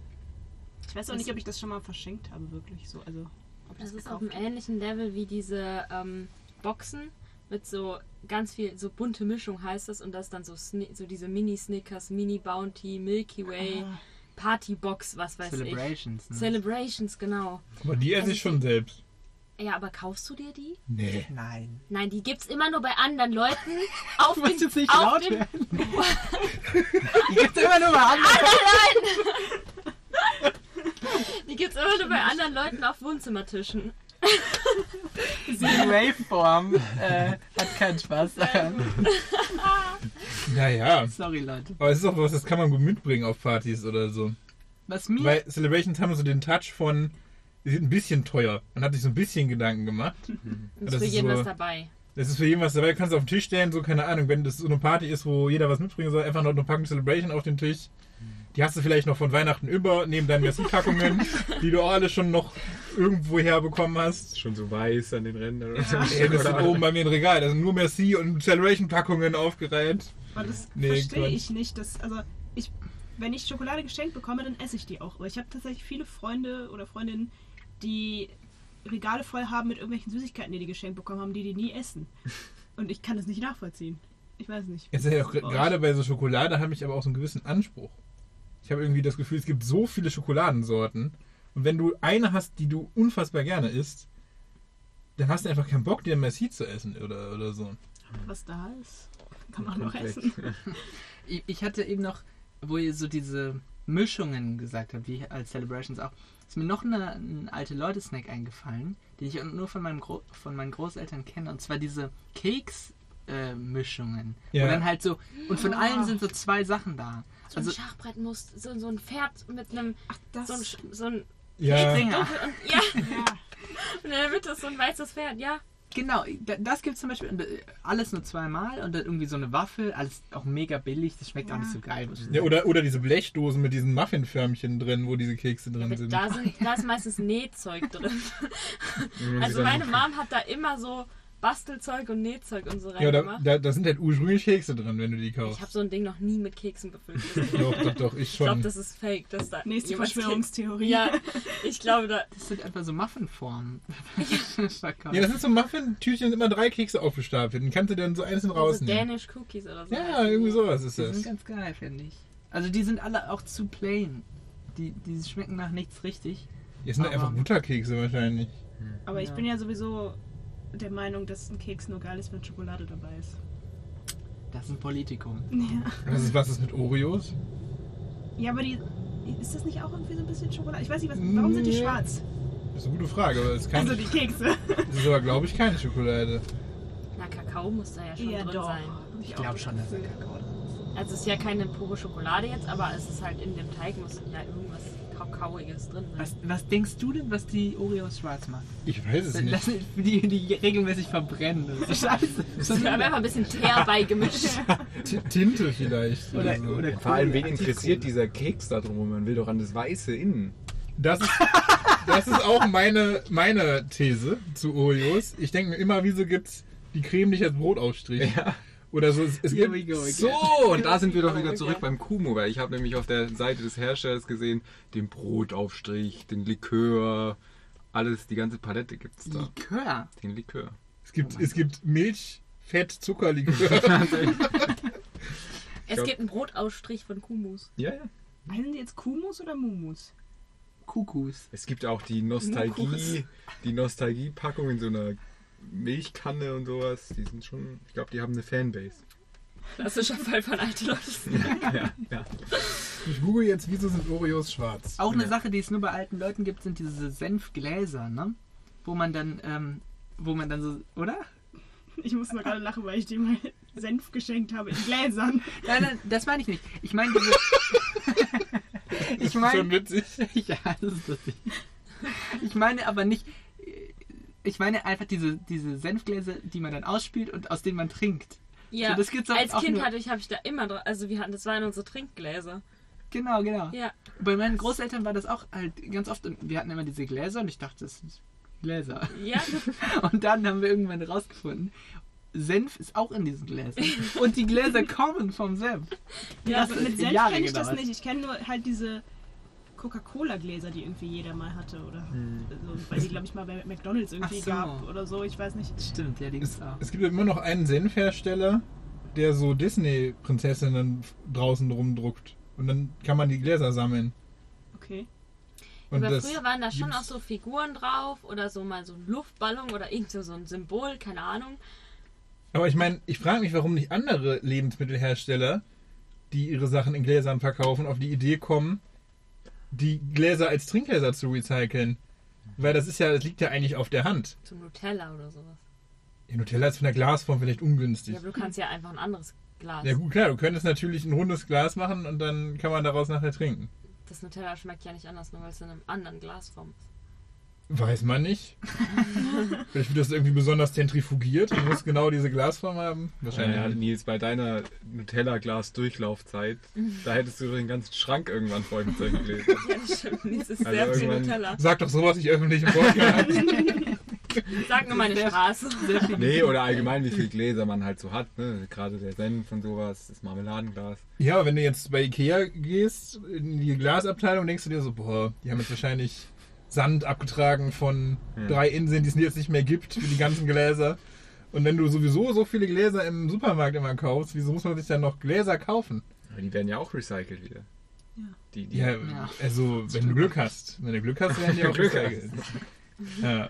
S5: Ich weiß auch nicht, ob ich das schon mal verschenkt habe, wirklich. So, also, ob ich
S2: Das
S5: das
S2: ist auf
S5: gekauft
S2: einem ähnlichen Level wie diese ähm, Boxen mit so ganz viel, so bunte Mischung heißt das und das dann so, Sni- so diese Mini-Snickers, Mini-Bounty, Milky Way,
S5: Ah.
S2: Party-Box, was weiß
S1: Celebrations.
S2: ich.
S1: Ne?
S2: Celebrations, genau.
S4: Aber die esse ich schon selbst.
S2: Ja, aber kaufst du dir die?
S4: Nee.
S1: Nein.
S2: Nein, die gibt's immer nur bei anderen Leuten. Auf dem,
S1: jetzt nicht
S2: auf
S1: laut
S2: dem,
S1: werden. Die gibt immer nur mal andere.
S2: die gibt's immer nur bei anderen Leuten auf Wohnzimmertischen.
S1: Die Waveform äh, hat keinen Spaß daran.
S4: Naja.
S1: Sorry, Leute.
S4: Aber es ist auch was, das kann man gut mitbringen auf Partys oder so.
S1: Was mir
S4: Weil Celebrations haben so den Touch von, die sind ein bisschen teuer. Man hat sich so ein bisschen Gedanken gemacht.
S2: Und
S4: Das
S2: ist für
S4: ist
S2: jeden
S4: so-
S2: was dabei.
S4: Das ist für jeden was dabei. Du kannst es auf den Tisch stellen, so keine Ahnung. Wenn das so eine Party ist, wo jeder was mitbringen soll, einfach noch eine Packung Celebration auf den Tisch. Die hast du vielleicht noch von Weihnachten über, neben deinen Messi-Packungen, die du auch alle schon noch irgendwo herbekommen hast.
S6: Schon so weiß an den Rändern oder so.
S4: Ey, das sind
S6: Schokolade.
S4: oben bei mir ein Regal. Da sind nur Merci und Celebration-Packungen aufgereiht.
S5: Aber das
S4: Nee,
S5: verstehe
S4: Quatsch.
S5: ich nicht. Das, also ich, wenn ich Schokolade geschenkt bekomme, dann esse ich die auch. Aber ich habe tatsächlich viele Freunde oder Freundinnen, die Regale voll haben mit irgendwelchen Süßigkeiten, die die geschenkt bekommen haben, die die nie essen. Und ich kann das nicht nachvollziehen. Ich weiß nicht.
S4: Jetzt ist ja auch gr- gerade bei so Schokolade habe ich aber auch so einen gewissen Anspruch. Ich habe irgendwie das Gefühl, es gibt so viele Schokoladensorten. Und wenn du eine hast, die du unfassbar gerne isst, dann hast du einfach keinen Bock, dir ein Merci zu essen oder, oder so.
S5: Was da ist, kann man auch noch
S6: Komplett.
S5: essen.
S1: Ich- Ich hatte eben noch, wo ihr so diese Mischungen gesagt habt, wie als Celebrations auch, ist mir noch eine, ein alte Leute-Snack eingefallen, den ich nur von, meinem Gro von meinen Großeltern kenne. Und zwar diese Keks-Mischungen.
S4: Ja.
S1: Und dann halt so, und von allen
S2: Ah.
S1: sind so zwei Sachen da.
S2: So ein
S1: Also,
S2: Schachbrett muss, so, so ein Pferd mit einem,
S5: Das,
S2: so ein, Sch- so ein,
S4: Ja,
S1: Dinger.
S2: ja,
S5: ja.
S2: und in der Mitte ist so ein weißes Pferd, ja.
S1: Genau, da- das gibt es zum Beispiel äh, alles nur zweimal und dann irgendwie so eine Waffel, alles auch mega billig, das schmeckt auch nicht so geil. muss ich
S4: ja
S1: sagen.
S4: oder, oder diese Blechdosen mit diesen Muffinförmchen drin, wo diese Kekse drin sind.
S2: Da, sind, da ist meistens Nähzeug drin.
S6: Wenn man
S2: Also
S6: sie dann-
S2: meine Mom hat da immer so Bastelzeug und Nähzeug und so
S4: Ja, da,
S2: reingemacht.
S4: da, da sind halt ursprünglich Kekse drin, wenn du die
S2: ich
S4: kaufst.
S2: habe so ein Ding noch nie mit Keksen befüllt. Ich
S4: doch, doch, doch, ich schon.
S2: glaube, das ist fake. Dass da
S5: Nächste
S2: jemand-
S5: Verschwörungstheorie.
S2: Ja, ich glaube, da,
S1: Das sind einfach so Muffinformen.
S4: ja, das sind so Muffin-Tütchen, immer drei Kekse aufgestapelt. Und kannst du dann so einzeln
S2: Also
S4: rausnehmen.
S2: Danish Cookies oder so.
S4: Ja, irgendwie sowas ist
S1: Die sind
S4: das.
S1: ganz geil, finde ich. Also die sind alle auch zu plain. Die, die schmecken nach nichts richtig.
S4: Jetzt sind
S1: Aber-
S4: einfach Butterkekse wahrscheinlich.
S5: Aber ich
S1: Ja.
S5: bin ja sowieso der Meinung, dass ein Keks nur geil ist, wenn Schokolade dabei ist.
S1: Das ist ein Politikum.
S5: Ja.
S4: Was ist, was ist mit Oreos?
S5: Ja, aber die. Ist das nicht auch irgendwie so ein bisschen Schokolade? Ich weiß nicht, was, warum sind die
S4: Nee.
S5: schwarz?
S4: Das ist eine gute Frage, aber es kann,
S5: Also die Kekse.
S4: das ist aber, glaube ich, keine Schokolade.
S2: Na, Kakao muss da ja schon drin sein.
S5: Ich
S1: glaub schon, dass
S5: das
S1: da
S5: Kakao drin ist.
S2: Also es ist ja keine pure Schokolade jetzt, aber es ist halt in dem Teig muss ja irgendwas Kakaoiges drin sein.
S1: Was, was denkst du denn, was die Oreos schwarz macht?
S4: Ich weiß es
S1: Das
S4: nicht.
S1: sind die, die regelmäßig verbrennen. Das ist scheiße.
S2: Da wird einfach ein bisschen Teer beigemischt.
S4: T Tinte vielleicht. Oder,
S1: Oder-
S4: so.
S1: oder-
S6: Vor allem, wen
S1: Aktiv-
S6: interessiert dieser Keks da drum? Man will doch an das Weiße innen.
S4: Das, ist, das ist auch meine, meine These zu Oreos. Ich denke mir immer, wieso gibt es die Creme nicht als Brotaufstrich? Oder so. Es, es
S1: Here we
S4: gibt,
S1: go again.
S6: So, und da sind wir doch wieder zurück beim Kumo, weil ich habe nämlich auf der Seite des Herstellers gesehen, den Brotaufstrich, den Likör, alles, die ganze Palette gibt's da.
S1: Likör.
S6: Den Likör.
S4: es gibt, es gibt Milch, Fett, Zuckerlikör.
S2: Es gibt einen Brotausstrich von Kumus.
S6: Ja, ja.
S5: Heißen die jetzt Kumus oder Mumus?
S1: Kukus.
S6: Es gibt auch die Nostalgie,
S2: Kuchen.
S6: die Nostalgie-Packung in so einer Milchkanne und sowas. Die sind schon, ich glaube, die haben eine Fanbase.
S2: Klassischer Fall von alte Leute.
S6: ja, ja.
S4: Ich google jetzt, wieso sind Oreos schwarz?
S1: Auch eine
S6: Ja.
S1: Sache, die es nur bei alten Leuten gibt, sind diese Senfgläser, ne? Wo man dann, ähm, wo man dann so, oder?
S5: Ich muss nur gerade lachen, weil ich dir mal Senf geschenkt habe in Gläsern.
S1: Nein, nein, das meine ich nicht. Ich meine diese. ich
S4: Schon
S1: meine.
S4: witzig.
S1: Ja, das ist lustig. Ich meine aber nicht. äh, Ich meine einfach diese, diese Senfgläser, die man dann ausspielt und aus denen man trinkt.
S2: Ja,
S1: So, das gibt's auch-
S2: als
S1: auch
S2: Kind
S1: nur-
S2: hatte ich, habe ich da immer dran, also wir hatten, das waren unsere Trinkgläser.
S1: Genau, genau.
S2: Ja,
S1: Bei meinen Großeltern war das auch halt ganz oft. Und wir hatten immer diese Gläser und ich dachte, das sind Gläser.
S2: ja,
S1: Und dann haben wir irgendwann rausgefunden, Senf ist auch in diesen Gläsern. Und die Gläser kommen vom Senf.
S2: ja.
S5: Also mit Senf
S1: Jahre
S5: kenne ich das
S1: gedauert.
S5: nicht. Ich kenne nur halt diese Coca-Cola-Gläser, die irgendwie jeder mal hatte. Oder so, weil die, glaube ich, mal bei McDonalds irgendwie
S1: Ach so.
S5: gab oder so. Ich weiß nicht.
S1: Stimmt, ja, die gibt's auch.
S4: Es gibt ja immer noch einen Senfhersteller, der so Disney-Prinzessinnen draußen rumdruckt. Und dann kann man die Gläser sammeln.
S5: Okay.
S4: Und
S2: Aber
S4: das
S2: früher waren da schon
S4: gibt's-
S2: auch so Figuren drauf oder so mal so ein Luftballon oder irgend so so ein Symbol, keine Ahnung.
S4: Aber ich meine, ich frage mich, warum nicht andere Lebensmittelhersteller, die ihre Sachen in Gläsern verkaufen, auf die Idee kommen, die Gläser als Trinkgläser zu recyceln. Weil das ist ja, das liegt ja eigentlich auf der Hand.
S2: So Nutella oder sowas.
S4: Ja, Nutella ist von der Glasform vielleicht ungünstig.
S2: Ja, aber du kannst ja einfach ein anderes Glas.
S4: Ja gut, klar, du könntest natürlich ein rundes Glas machen und dann kann man daraus nachher trinken.
S2: Das Nutella schmeckt ja nicht anders, nur weil es in einem anderen Glasform ist.
S4: Weiß man nicht. vielleicht wird das irgendwie besonders zentrifugiert und muss genau diese Glasform haben. Wahrscheinlich.
S6: Wahrscheinlich, Äh, Nils, bei deiner Nutella-Glas-Durchlaufzeit,
S1: Mhm.
S6: da hättest du den ganzen Schrank irgendwann voll mit solchen Gläsern.
S2: Ja, das stimmt. Das ist
S6: Also
S2: sehr viel
S6: irgendwann-
S2: Nutella.
S4: Sag doch sowas nicht öffentlich im Podcast.
S2: Sag nur meine
S1: sehr-
S2: Straße.
S1: Sehr viel
S6: Nee, oder allgemein, wie viel Gläser man halt so hat. Ne? Gerade der Senf und sowas, das Marmeladenglas.
S4: Ja, aber wenn du jetzt bei Ikea gehst, in die Glasabteilung, denkst du dir so, boah, die haben jetzt wahrscheinlich Sand abgetragen von
S6: Hm.
S4: drei Inseln, die es jetzt nicht mehr gibt, für die ganzen Gläser. Und wenn du sowieso so viele Gläser im Supermarkt immer kaufst, wieso muss man sich dann noch Gläser kaufen?
S6: Aber die werden ja auch recycelt wieder.
S5: Ja.
S6: Die, die
S4: Ja,
S1: Ja.
S4: also wenn du Glück hast. Wenn du Glück hast, werden die auch
S6: Glück
S4: recycelt. Ja.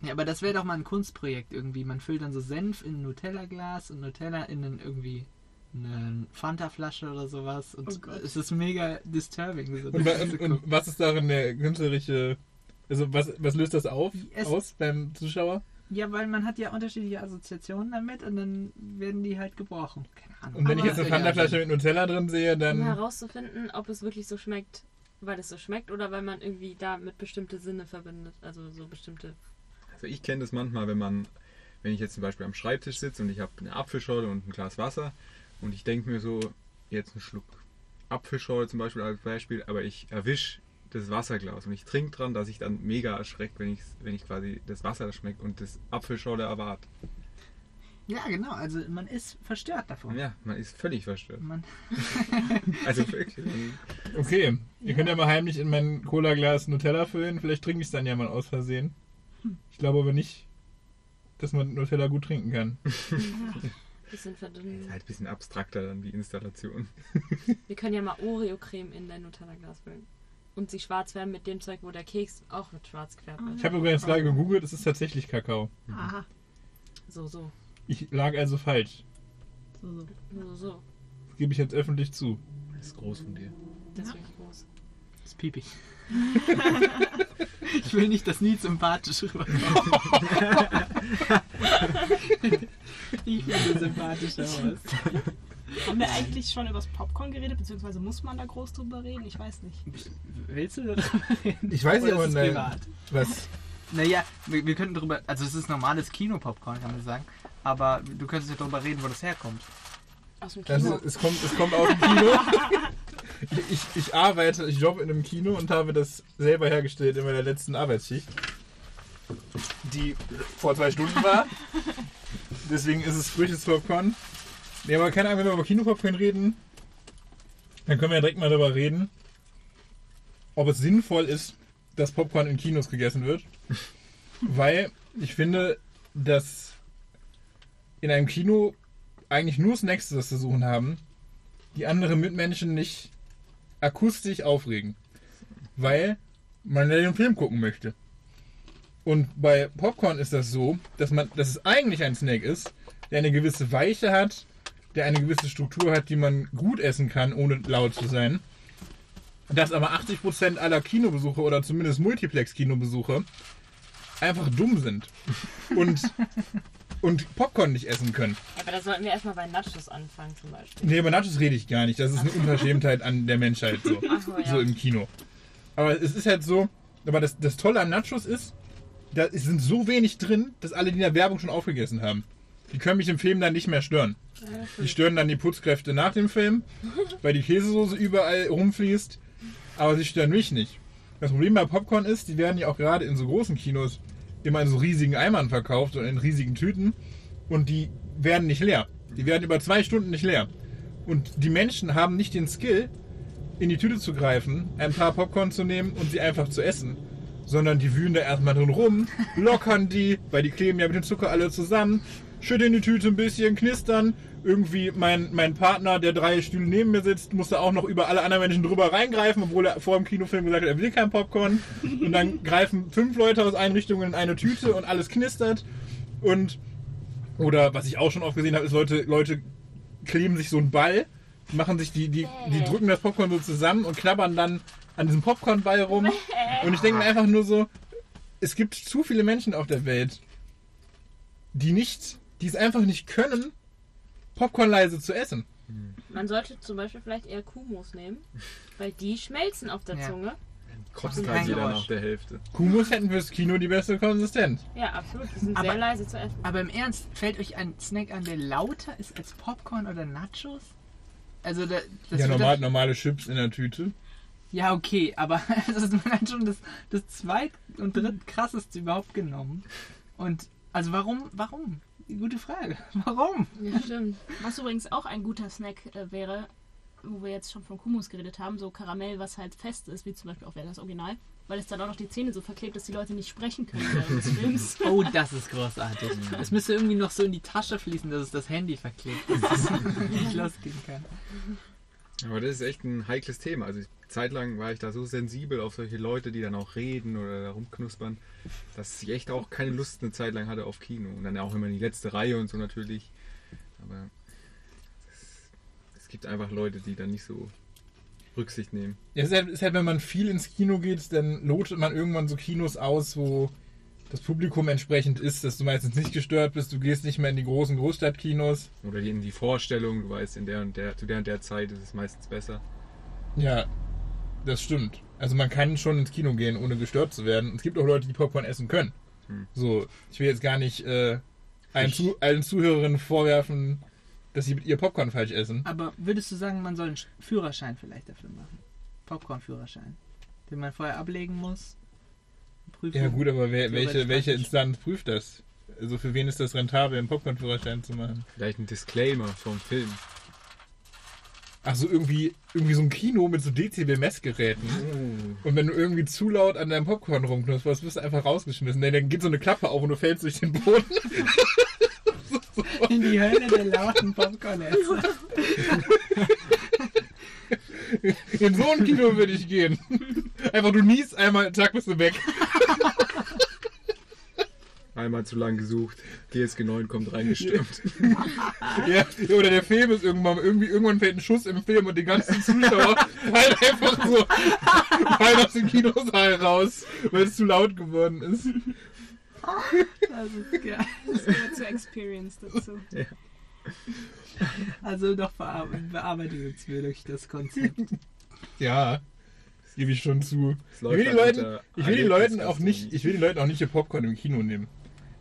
S1: Ja, aber das wäre doch mal ein Kunstprojekt irgendwie. Man füllt dann so Senf in ein Nutella-Glas und Nutella in einen irgendwie eine Fanta-Flasche oder sowas. Und
S5: Oh Gott.
S1: es ist mega disturbing. So
S4: Und, wa-
S1: das
S4: und,
S1: zu
S4: und
S1: gucken.
S4: was ist darin der künstlerische... Also was, was löst das auf,
S1: Es-
S4: aus beim Zuschauer?
S1: ja, weil man hat ja unterschiedliche Assoziationen damit und dann werden die halt gebrochen. Keine Ahnung.
S4: Und wenn ich
S5: Aber-
S4: jetzt eine Fanta-Flasche mit Nutella drin sehe, dann...
S2: Um
S6: Ähm,
S2: herauszufinden, ob es wirklich so schmeckt, weil es so schmeckt oder weil man irgendwie damit bestimmte Sinne verbindet. Also so bestimmte.
S6: Also ich kenne das manchmal, wenn man, wenn ich jetzt zum Beispiel am Schreibtisch sitze und ich habe eine Apfelschorle und ein Glas Wasser und ich denke mir so, jetzt einen Schluck Apfelschorle zum Beispiel als Beispiel, aber ich erwische das Wasserglas und ich trinke dran, dass ich dann mega erschreckt, wenn ich, wenn ich quasi das Wasser schmecke und das Apfelschorle erwart.
S1: Ja, genau. Also man ist verstört davon.
S6: Ja, man ist völlig verstört.
S1: Man,
S6: Also wirklich. man-
S4: Okay, ihr könnt ja mal heimlich in mein Cola-Glas Nutella füllen. Vielleicht trinke ich es dann ja mal aus Versehen. Ich glaube aber nicht, dass man Nutella gut trinken kann.
S2: Bisschen
S6: Ist
S2: verdünnen.
S6: halt ein bisschen abstrakter dann die Installation.
S2: Wir können ja mal Oreo-Creme in dein Nutella-Glas füllen. Und sie schwarz werden mit dem Zeug, wo der Keks auch mit schwarz gefärbt wird.
S4: Ich habe übrigens gerade gegoogelt, es ist tatsächlich Kakao.
S5: Aha.
S2: So, so.
S4: Ich lag also falsch.
S5: So, so.
S2: So, so.
S4: Das gebe ich jetzt öffentlich zu.
S6: Das ist groß von dir.
S2: Das ist wirklich groß.
S1: das ist piepig. ich will nicht, dass Nils sympathisch rüberkommt. ich will sympathischer aus.
S5: Haben wir eigentlich schon über das Popcorn geredet, beziehungsweise muss man da groß drüber reden? Ich weiß nicht.
S1: Willst du darüber reden?
S4: Ich weiß
S1: Oder
S4: ja aber
S1: ist es
S4: nicht.
S1: privat?
S4: Was?
S1: Naja, wir, wir könnten drüber. Also, es ist normales Kino-Popcorn, kann man sagen. Aber du könntest ja drüber reden, wo das herkommt.
S2: Aus dem
S4: Also,
S2: Kino.
S4: es, kommt, es kommt aus dem Kino. Ich, ich arbeite, ich jobbe in einem Kino und habe das selber hergestellt in meiner letzten Arbeitsschicht, die vor zwei Stunden war. Deswegen ist es frisches Popcorn. Nee, aber keine Ahnung, wenn wir über Kinopopcorn reden, dann können wir ja direkt mal darüber reden, ob es sinnvoll ist, dass Popcorn in Kinos gegessen wird. Weil ich finde, dass in einem Kino eigentlich nur Snacks das zu suchen haben, die andere Mitmenschen nicht akustisch aufregen. Weil man ja den Film gucken möchte. Und bei Popcorn ist das so, dass, man, dass es eigentlich ein Snack ist, der eine gewisse Weiche hat, der eine gewisse Struktur hat, die man gut essen kann, ohne laut zu sein. Dass aber 80% aller Kinobesuche oder zumindest Multiplex-Kinobesuche einfach dumm sind und, und Popcorn nicht essen können.
S2: Ja, aber da sollten wir erstmal bei Nachos anfangen zum Beispiel.
S4: Nee, über Nachos rede ich gar nicht. Das ist eine Unverschämtheit an der Menschheit so.
S2: Achso, ja.
S4: So im Kino. Aber es ist halt so, aber das, das Tolle an Nachos ist, da es sind so wenig drin, dass alle die in der Werbung schon aufgegessen haben. Die können mich im Film dann nicht mehr stören. Die stören dann die Putzkräfte nach dem Film, weil die Käsesoße überall rumfließt. Aber sie stören mich nicht. Das Problem bei Popcorn ist, die werden ja auch gerade in so großen Kinos immer in so riesigen Eimern verkauft und in riesigen Tüten. Und die werden nicht leer. Die werden über zwei Stunden nicht leer. Und die Menschen haben nicht den Skill, in die Tüte zu greifen, ein paar Popcorn zu nehmen und sie einfach zu essen. Sondern die wühlen da erstmal drin rum, lockern die, weil die kleben ja mit dem Zucker alle zusammen, schütteln die Tüte ein bisschen, knistern. Irgendwie mein, mein Partner, der drei Stühle neben mir sitzt, muss da auch noch über alle anderen Menschen drüber reingreifen, obwohl er vor dem Kinofilm gesagt hat, er will kein Popcorn. Und dann greifen fünf Leute aus Einrichtungen in eine Tüte und alles knistert. Und, oder was ich auch schon oft gesehen habe, ist, Leute, Leute kleben sich so einen Ball, machen sich die, die, die drücken das Popcorn so zusammen und knabbern dann an diesem Popcornball rum. Und ich denke mir einfach nur so, es gibt zu viele Menschen auf der Welt, die nicht, die es einfach nicht können, Popcorn leise zu essen.
S2: Man sollte zum Beispiel vielleicht eher Kumos nehmen, weil die schmelzen auf der
S1: Ja.
S2: Zunge.
S6: Kotzt
S1: Kein
S6: halt jeder
S1: Geräusch.
S6: nach der Hälfte.
S4: Kumos hätten fürs Kino die beste Konsistenz.
S2: Ja, absolut. Die sind
S1: Aber-
S2: sehr leise zu essen.
S1: Aber im Ernst, fällt euch ein Snack an, der lauter ist als Popcorn oder Nachos? Also, da, das
S4: ja,
S1: wird
S4: normal,
S1: doch-
S4: normale Chips in der Tüte.
S1: ja, okay, aber das ist mir dann schon das, das zweit- und drittkrasseste überhaupt genommen. Und, also, warum? Warum? Gute Frage. Warum?
S2: Ja, stimmt.
S5: Was übrigens auch ein guter Snack äh, wäre, wo wir jetzt schon von Kumus geredet haben, so Karamell, was halt fest ist, wie zum Beispiel auch wäre das Original, weil es dann auch noch die Zähne so verklebt, dass die Leute nicht sprechen können während des Films.
S1: Oh, das ist großartig. Es müsste irgendwie noch so in die Tasche fließen, dass es das Handy verklebt, dass es nicht losgehen kann.
S6: Aber das ist echt ein heikles Thema. Also ich, zeitlang war ich da so sensibel auf solche Leute, die dann auch reden oder da rumknuspern, dass ich echt auch keine Lust eine Zeit lang hatte auf Kino. Und dann auch immer in die letzte Reihe und so natürlich. Aber es, es gibt einfach Leute, die dann nicht so Rücksicht nehmen.
S4: Ja, es ist halt, es ist halt, wenn man viel ins Kino geht, dann lotet man irgendwann so Kinos aus, wo das Publikum entsprechend ist, dass du meistens nicht gestört bist, du gehst nicht mehr in die großen Großstadtkinos.
S6: Oder die in die Vorstellung, du weißt, in der und der, zu der und der Zeit ist es meistens besser.
S4: Ja, das stimmt. Also man kann schon ins Kino gehen, ohne gestört zu werden. Und Es gibt auch Leute, die Popcorn essen können.
S6: Hm.
S4: So, ich will jetzt gar nicht äh, allen,
S6: Ich-
S4: zu, allen Zuhörerinnen vorwerfen, dass sie mit ihr Popcorn falsch essen.
S1: Aber würdest du sagen, man soll einen Sch- Führerschein vielleicht dafür machen? Popcorn-Führerschein. den man vorher ablegen muss. Prüfung.
S4: Ja gut, aber wer, welche,
S1: Theoretisch
S4: welche
S1: praktisch.
S4: Instanz prüft das? Also für wen ist das rentabel, einen Popcorn-Führerschein zu machen?
S6: Vielleicht ein Disclaimer vom Film.
S4: Ach so, irgendwie, irgendwie so ein Kino mit so Dezibel-Messgeräten.
S6: Hm.
S4: Und wenn du irgendwie zu laut an deinem Popcorn rumknusperst, wirst du einfach rausgeschmissen. Denn dann geht so eine Klappe auf und du fällst durch den Boden.
S1: In die Hölle der lauten Popcorn-Esser.
S4: In so ein Kino würde ich gehen. Einfach du niest einmal, zack, bist du weg.
S6: Einmal zu lang gesucht. GSG 9 kommt reingestürmt.
S4: Ja, oder der Film ist irgendwann, irgendwie, irgendwann fällt ein Schuss im Film und die ganzen Zuschauer fallen einfach so fallen aus dem Kinosaal raus, weil es zu laut geworden ist.
S1: Das ist geil.
S5: Also, Das gehört zur Experience dazu.
S1: Also noch bear- bearbeitet jetzt wirklich das Konzept.
S4: Ja, das gebe ich schon zu.
S6: Es
S4: Ich
S6: läuft
S4: will, die
S6: halt
S4: Leuten,
S6: unter
S4: ich, will die Leuten auch
S6: Erlebnisgastronomie.
S4: nicht, ich will den Leuten auch nicht ihr Popcorn im Kino nehmen.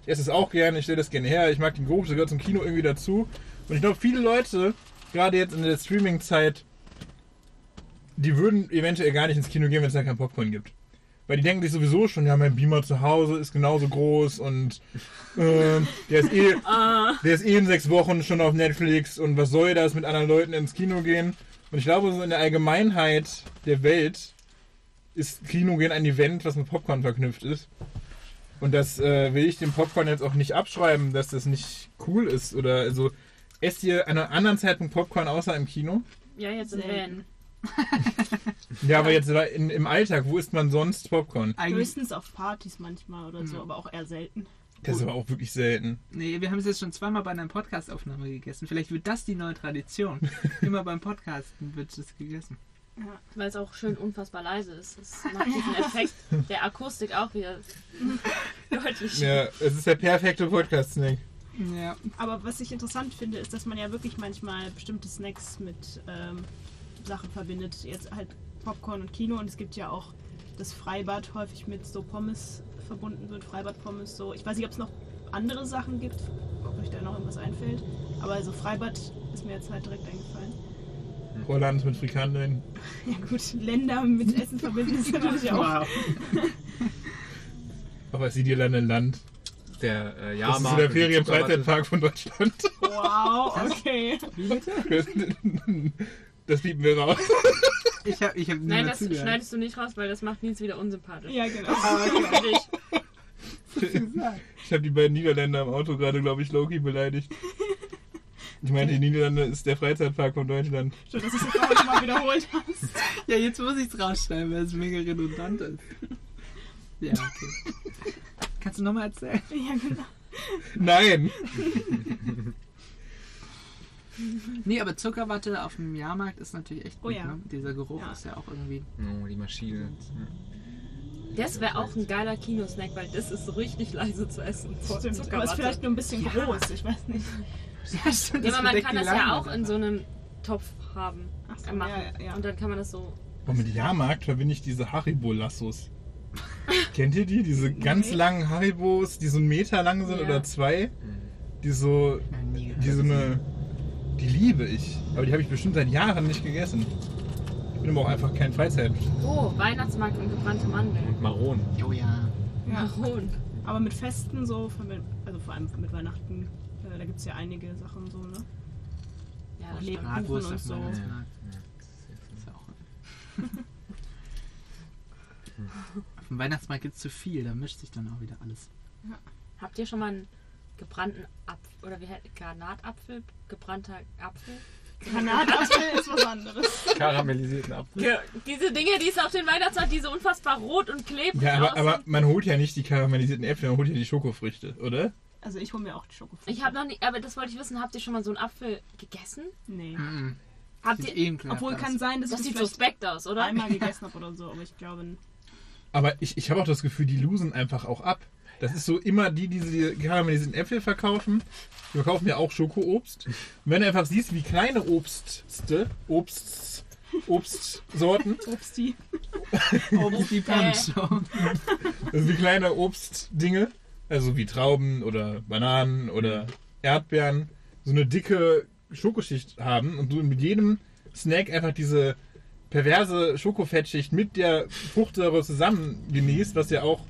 S4: Ich esse es auch gerne, ich stelle das gerne her, ich mag den Geruch, das gehört zum Kino irgendwie dazu. Und ich glaube, viele Leute, gerade jetzt in der Streaming-Zeit, die würden eventuell gar nicht ins Kino gehen, wenn es da kein Popcorn gibt. Weil die denken sich sowieso schon, ja, mein Beamer zu Hause ist genauso groß und ähm, der, ist eh, der ist eh in sechs Wochen schon auf Netflix und was soll das mit anderen Leuten ins Kino gehen? Und ich glaube, so in der Allgemeinheit der Welt ist Kino gehen ein Event, was mit Popcorn verknüpft ist. Und das äh, will ich dem Popcorn jetzt auch nicht abschreiben, dass das nicht cool ist. Oder also esst ihr an einem anderen Zeitpunkt Popcorn außer im Kino?
S2: Ja, jetzt im Van.
S5: Selten.
S4: Ja, aber jetzt in, im Alltag, wo isst man sonst Popcorn?
S1: Eigentlich,
S5: Höchstens auf Partys manchmal oder so, aber auch eher selten.
S4: Das ist aber auch wirklich selten.
S1: nee, wir haben es jetzt schon zweimal bei einer Podcast-Aufnahme gegessen. Vielleicht wird das die neue Tradition. Immer beim Podcasten wird es gegessen.
S2: Weil es auch schön unfassbar leise ist. Es macht diesen Effekt der Akustik auch wieder deutlich.
S4: Ja, es ist der perfekte Podcast-Snack.
S1: Ja.
S5: Aber was ich interessant finde, ist, dass man ja wirklich manchmal bestimmte Snacks mit ähm, Sachen verbindet. Jetzt halt Popcorn und Kino und es gibt ja auch das Freibad häufig mit so Pommes verbunden wird, Freibad-Pommes so. Ich weiß nicht, ob es noch andere Sachen gibt, ob euch da noch irgendwas einfällt. Aber also Freibad ist mir jetzt halt direkt eingefallen.
S4: Rollands mit Frikandeln.
S5: Ja gut, Länder mit Essen verbinden ist natürlich auch.
S1: Wow.
S4: Aber es sieht ihr Land in Land.
S6: Der äh,
S4: Das ist
S6: Jahrmarkt.
S4: so der Ferienfreizeitpark von Deutschland.
S5: Wow, okay.
S4: Das bieten wir raus.
S1: Ich habe ich hab nie
S2: Nein,
S1: mehr
S2: das
S1: zugehört.
S2: schneidest du nicht raus, weil das macht Nils wieder unsympathisch.
S5: Ja, genau.
S2: Für dich.
S4: Ich habe die beiden Niederländer im Auto gerade, glaube ich, Loki beleidigt. Ich meine, die Niederlande ist der Freizeitpark von Deutschland.
S5: Schön, dass du es jetzt auch nochmal wiederholt hast.
S1: Ja, jetzt muss ich es rausschneiden, weil es mega redundant ist. Ja, okay. Kannst du nochmal erzählen?
S5: Ja, genau.
S4: Nein!
S1: Nee, aber Zuckerwatte auf dem Jahrmarkt ist natürlich echt gut.
S5: Oh ja.
S1: ne? Dieser Geruch
S5: Ja.
S1: ist ja auch irgendwie.
S6: Oh, die Maschine.
S2: Das wäre auch ein geiler Kinosnack, weil das ist so richtig leise zu essen.
S5: Stimmt, aber ist vielleicht nur ein bisschen groß, ich weiß nicht.
S1: Ja, stimmt,
S2: ja, aber man
S1: bedeckt
S2: kann
S1: die
S2: das ja auch
S1: Leinwand
S2: in so einem Topf haben.
S5: Ach
S2: äh,
S5: so,
S2: machen.
S5: ja, ja, ja.
S2: Und dann kann man das so.
S4: Und mit Jahrmarkt verbinde ich diese Haribo-Lassos. Kennt ihr die? Diese ganz langen Haribos, die so einen Meter lang sind
S2: Ja.
S4: oder zwei. Die so. Die so eine. Die liebe ich. Aber die habe ich bestimmt seit Jahren nicht gegessen. Ich bin aber auch einfach kein Freizeit.
S2: Oh, Weihnachtsmarkt und gebrannte Mandeln.
S6: Und Maronen.
S1: Oh ja.
S5: Ja.
S2: Maron.
S5: Aber mit Festen so, von Wei- also vor allem mit Weihnachten, äh, da gibt es ja einige Sachen so, ne?
S2: Ja,
S5: Leber.
S2: stimmt.
S1: Bratwurst
S5: und
S1: auf
S5: so.
S1: dem Weihnachtsmarkt. Ist ja auch- Auf dem Weihnachtsmarkt gibt es zu viel, da mischt sich dann auch wieder alles.
S2: Habt ihr schon mal einen gebrannten Apfel oder wie heißt Granatapfel? Gebrannter Apfel?
S5: Granatapfel ist was anderes.
S6: Karamellisierten Apfel.
S2: Diese Dinge, die es auf den Weihnachtsmarkt, die so unfassbar rot und klebrig
S4: Ja, aber,
S2: aussehen.
S4: aber man holt ja nicht die karamellisierten Äpfel, man holt ja die Schokofrüchte, oder?
S5: Also ich hole mir auch die Schokofrüchte.
S2: Ich habe noch nicht, aber das wollte ich wissen, habt ihr schon mal so einen Apfel gegessen?
S5: Nee.
S1: Mhm.
S2: Habt
S1: Sieht
S2: ihr,
S1: ekelhaft
S5: Obwohl
S1: aus.
S5: kann sein, dass
S2: das
S5: ich
S2: sieht
S5: vielleicht
S2: suspekt aus, oder?
S5: einmal gegessen habe oder so, aber ich glaube,
S4: Aber ich, ich habe auch das Gefühl, die losen einfach auch ab. Das ist so immer die, die diese karamellisierten Äpfel verkaufen. Die verkaufen ja auch Schokoobst. Und wenn du einfach siehst, wie kleine Obstste, Obst, Obstsorten,
S5: obst die.
S1: Oben die Punch-Show.
S4: also wie kleine Obstdinge, also wie Trauben oder Bananen oder Erdbeeren, so eine dicke Schokoschicht haben und du mit jedem Snack einfach diese perverse Schokofettschicht mit der Fruchtsäure zusammen genießt, was ja auch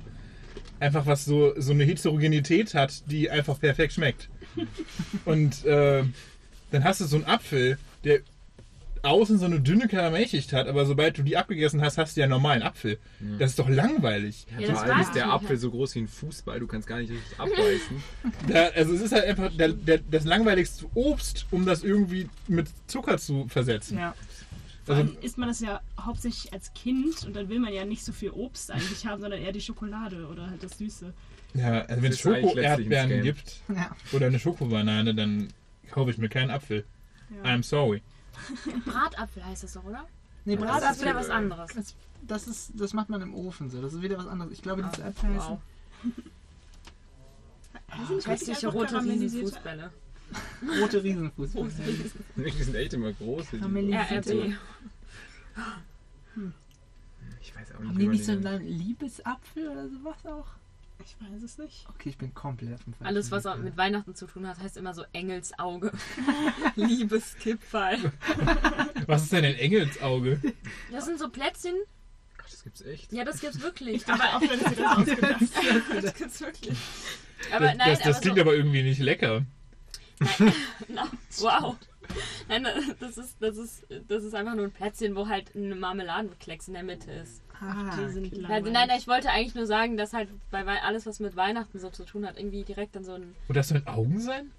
S4: einfach was so, so eine Heterogenität hat, die einfach perfekt schmeckt. Und äh, dann hast du so einen Apfel, der außen so eine dünne Karamellschicht hat, aber sobald du die abgegessen hast, hast du ja einen normalen Apfel. Das ist doch langweilig.
S2: Ja,
S6: Vor
S2: das
S6: allem
S2: mag
S6: ist der
S2: ich
S6: Apfel
S2: halt.
S6: so groß wie ein Fußball, du kannst gar nicht richtig abbeißen.
S4: Da, also es ist halt einfach der, der, das langweiligste Obst, um das irgendwie mit Zucker zu versetzen.
S5: Ja. Vor
S4: Also
S5: allem isst man das ja hauptsächlich als Kind und dann will man ja nicht so viel Obst eigentlich haben, sondern eher die Schokolade oder halt das Süße.
S4: Ja, also wenn es
S6: ist eigentlich letztlich ein
S4: Schoko-Erdbeeren
S6: Scam.
S4: gibt
S1: Ja.
S4: oder eine Schokobanane, dann kaufe ich mir keinen Apfel.
S5: Ja.
S4: I'm sorry.
S2: Bratapfel heißt das doch, oder?
S1: Nee,
S6: Das
S2: Das ist
S1: Bratapfel,
S2: wieder was anderes.
S1: das, das, ist, das macht man im Ofen so. Das ist wieder was anderes. Ich glaube, diese
S2: Ah,
S1: Äpfel heißen.
S2: wow. Ah,
S5: Die sind wirklich
S2: Hässliche
S5: einfach
S2: rote
S5: karamellisiert.
S2: Riesenfußbälle.
S1: Rote Riesenfuß.
S6: Die sind echt immer groß. die-
S1: Karamell-
S2: RRB.
S6: Ich weiß auch
S1: Haben die
S6: wie
S1: nicht so
S6: man
S1: einen langen Liebesapfel oder sowas auch?
S5: Ich weiß es nicht.
S1: Okay, ich bin komplett auf dem falschen
S2: Alles, was
S1: Weg.
S2: auch mit Weihnachten zu tun hat, heißt immer so Engelsauge. Liebeskipferl.
S4: Was ist denn ein Engelsauge?
S2: Das sind so Plätzchen.
S6: Gott, das gibt's echt.
S2: Ja, das gibt's wirklich.
S5: Aber auch wenn sie das ausgedacht
S2: das gibt's wirklich. Aber
S4: Das,
S2: nein,
S4: das, das
S2: aber
S4: klingt
S2: so,
S4: aber irgendwie nicht lecker.
S2: Na, wow. Nein, das ist, das, ist, das ist einfach nur ein Plätzchen, wo halt ein Marmeladenklecks in der Mitte ist.
S5: Ach,
S1: Ah.
S5: die sind
S2: Also,
S5: langweilig.
S2: nein, nein, ich wollte eigentlich nur sagen, dass halt bei Wei- alles, was mit Weihnachten so zu tun hat, irgendwie direkt dann so ein.
S4: Und das sollen Augen sein?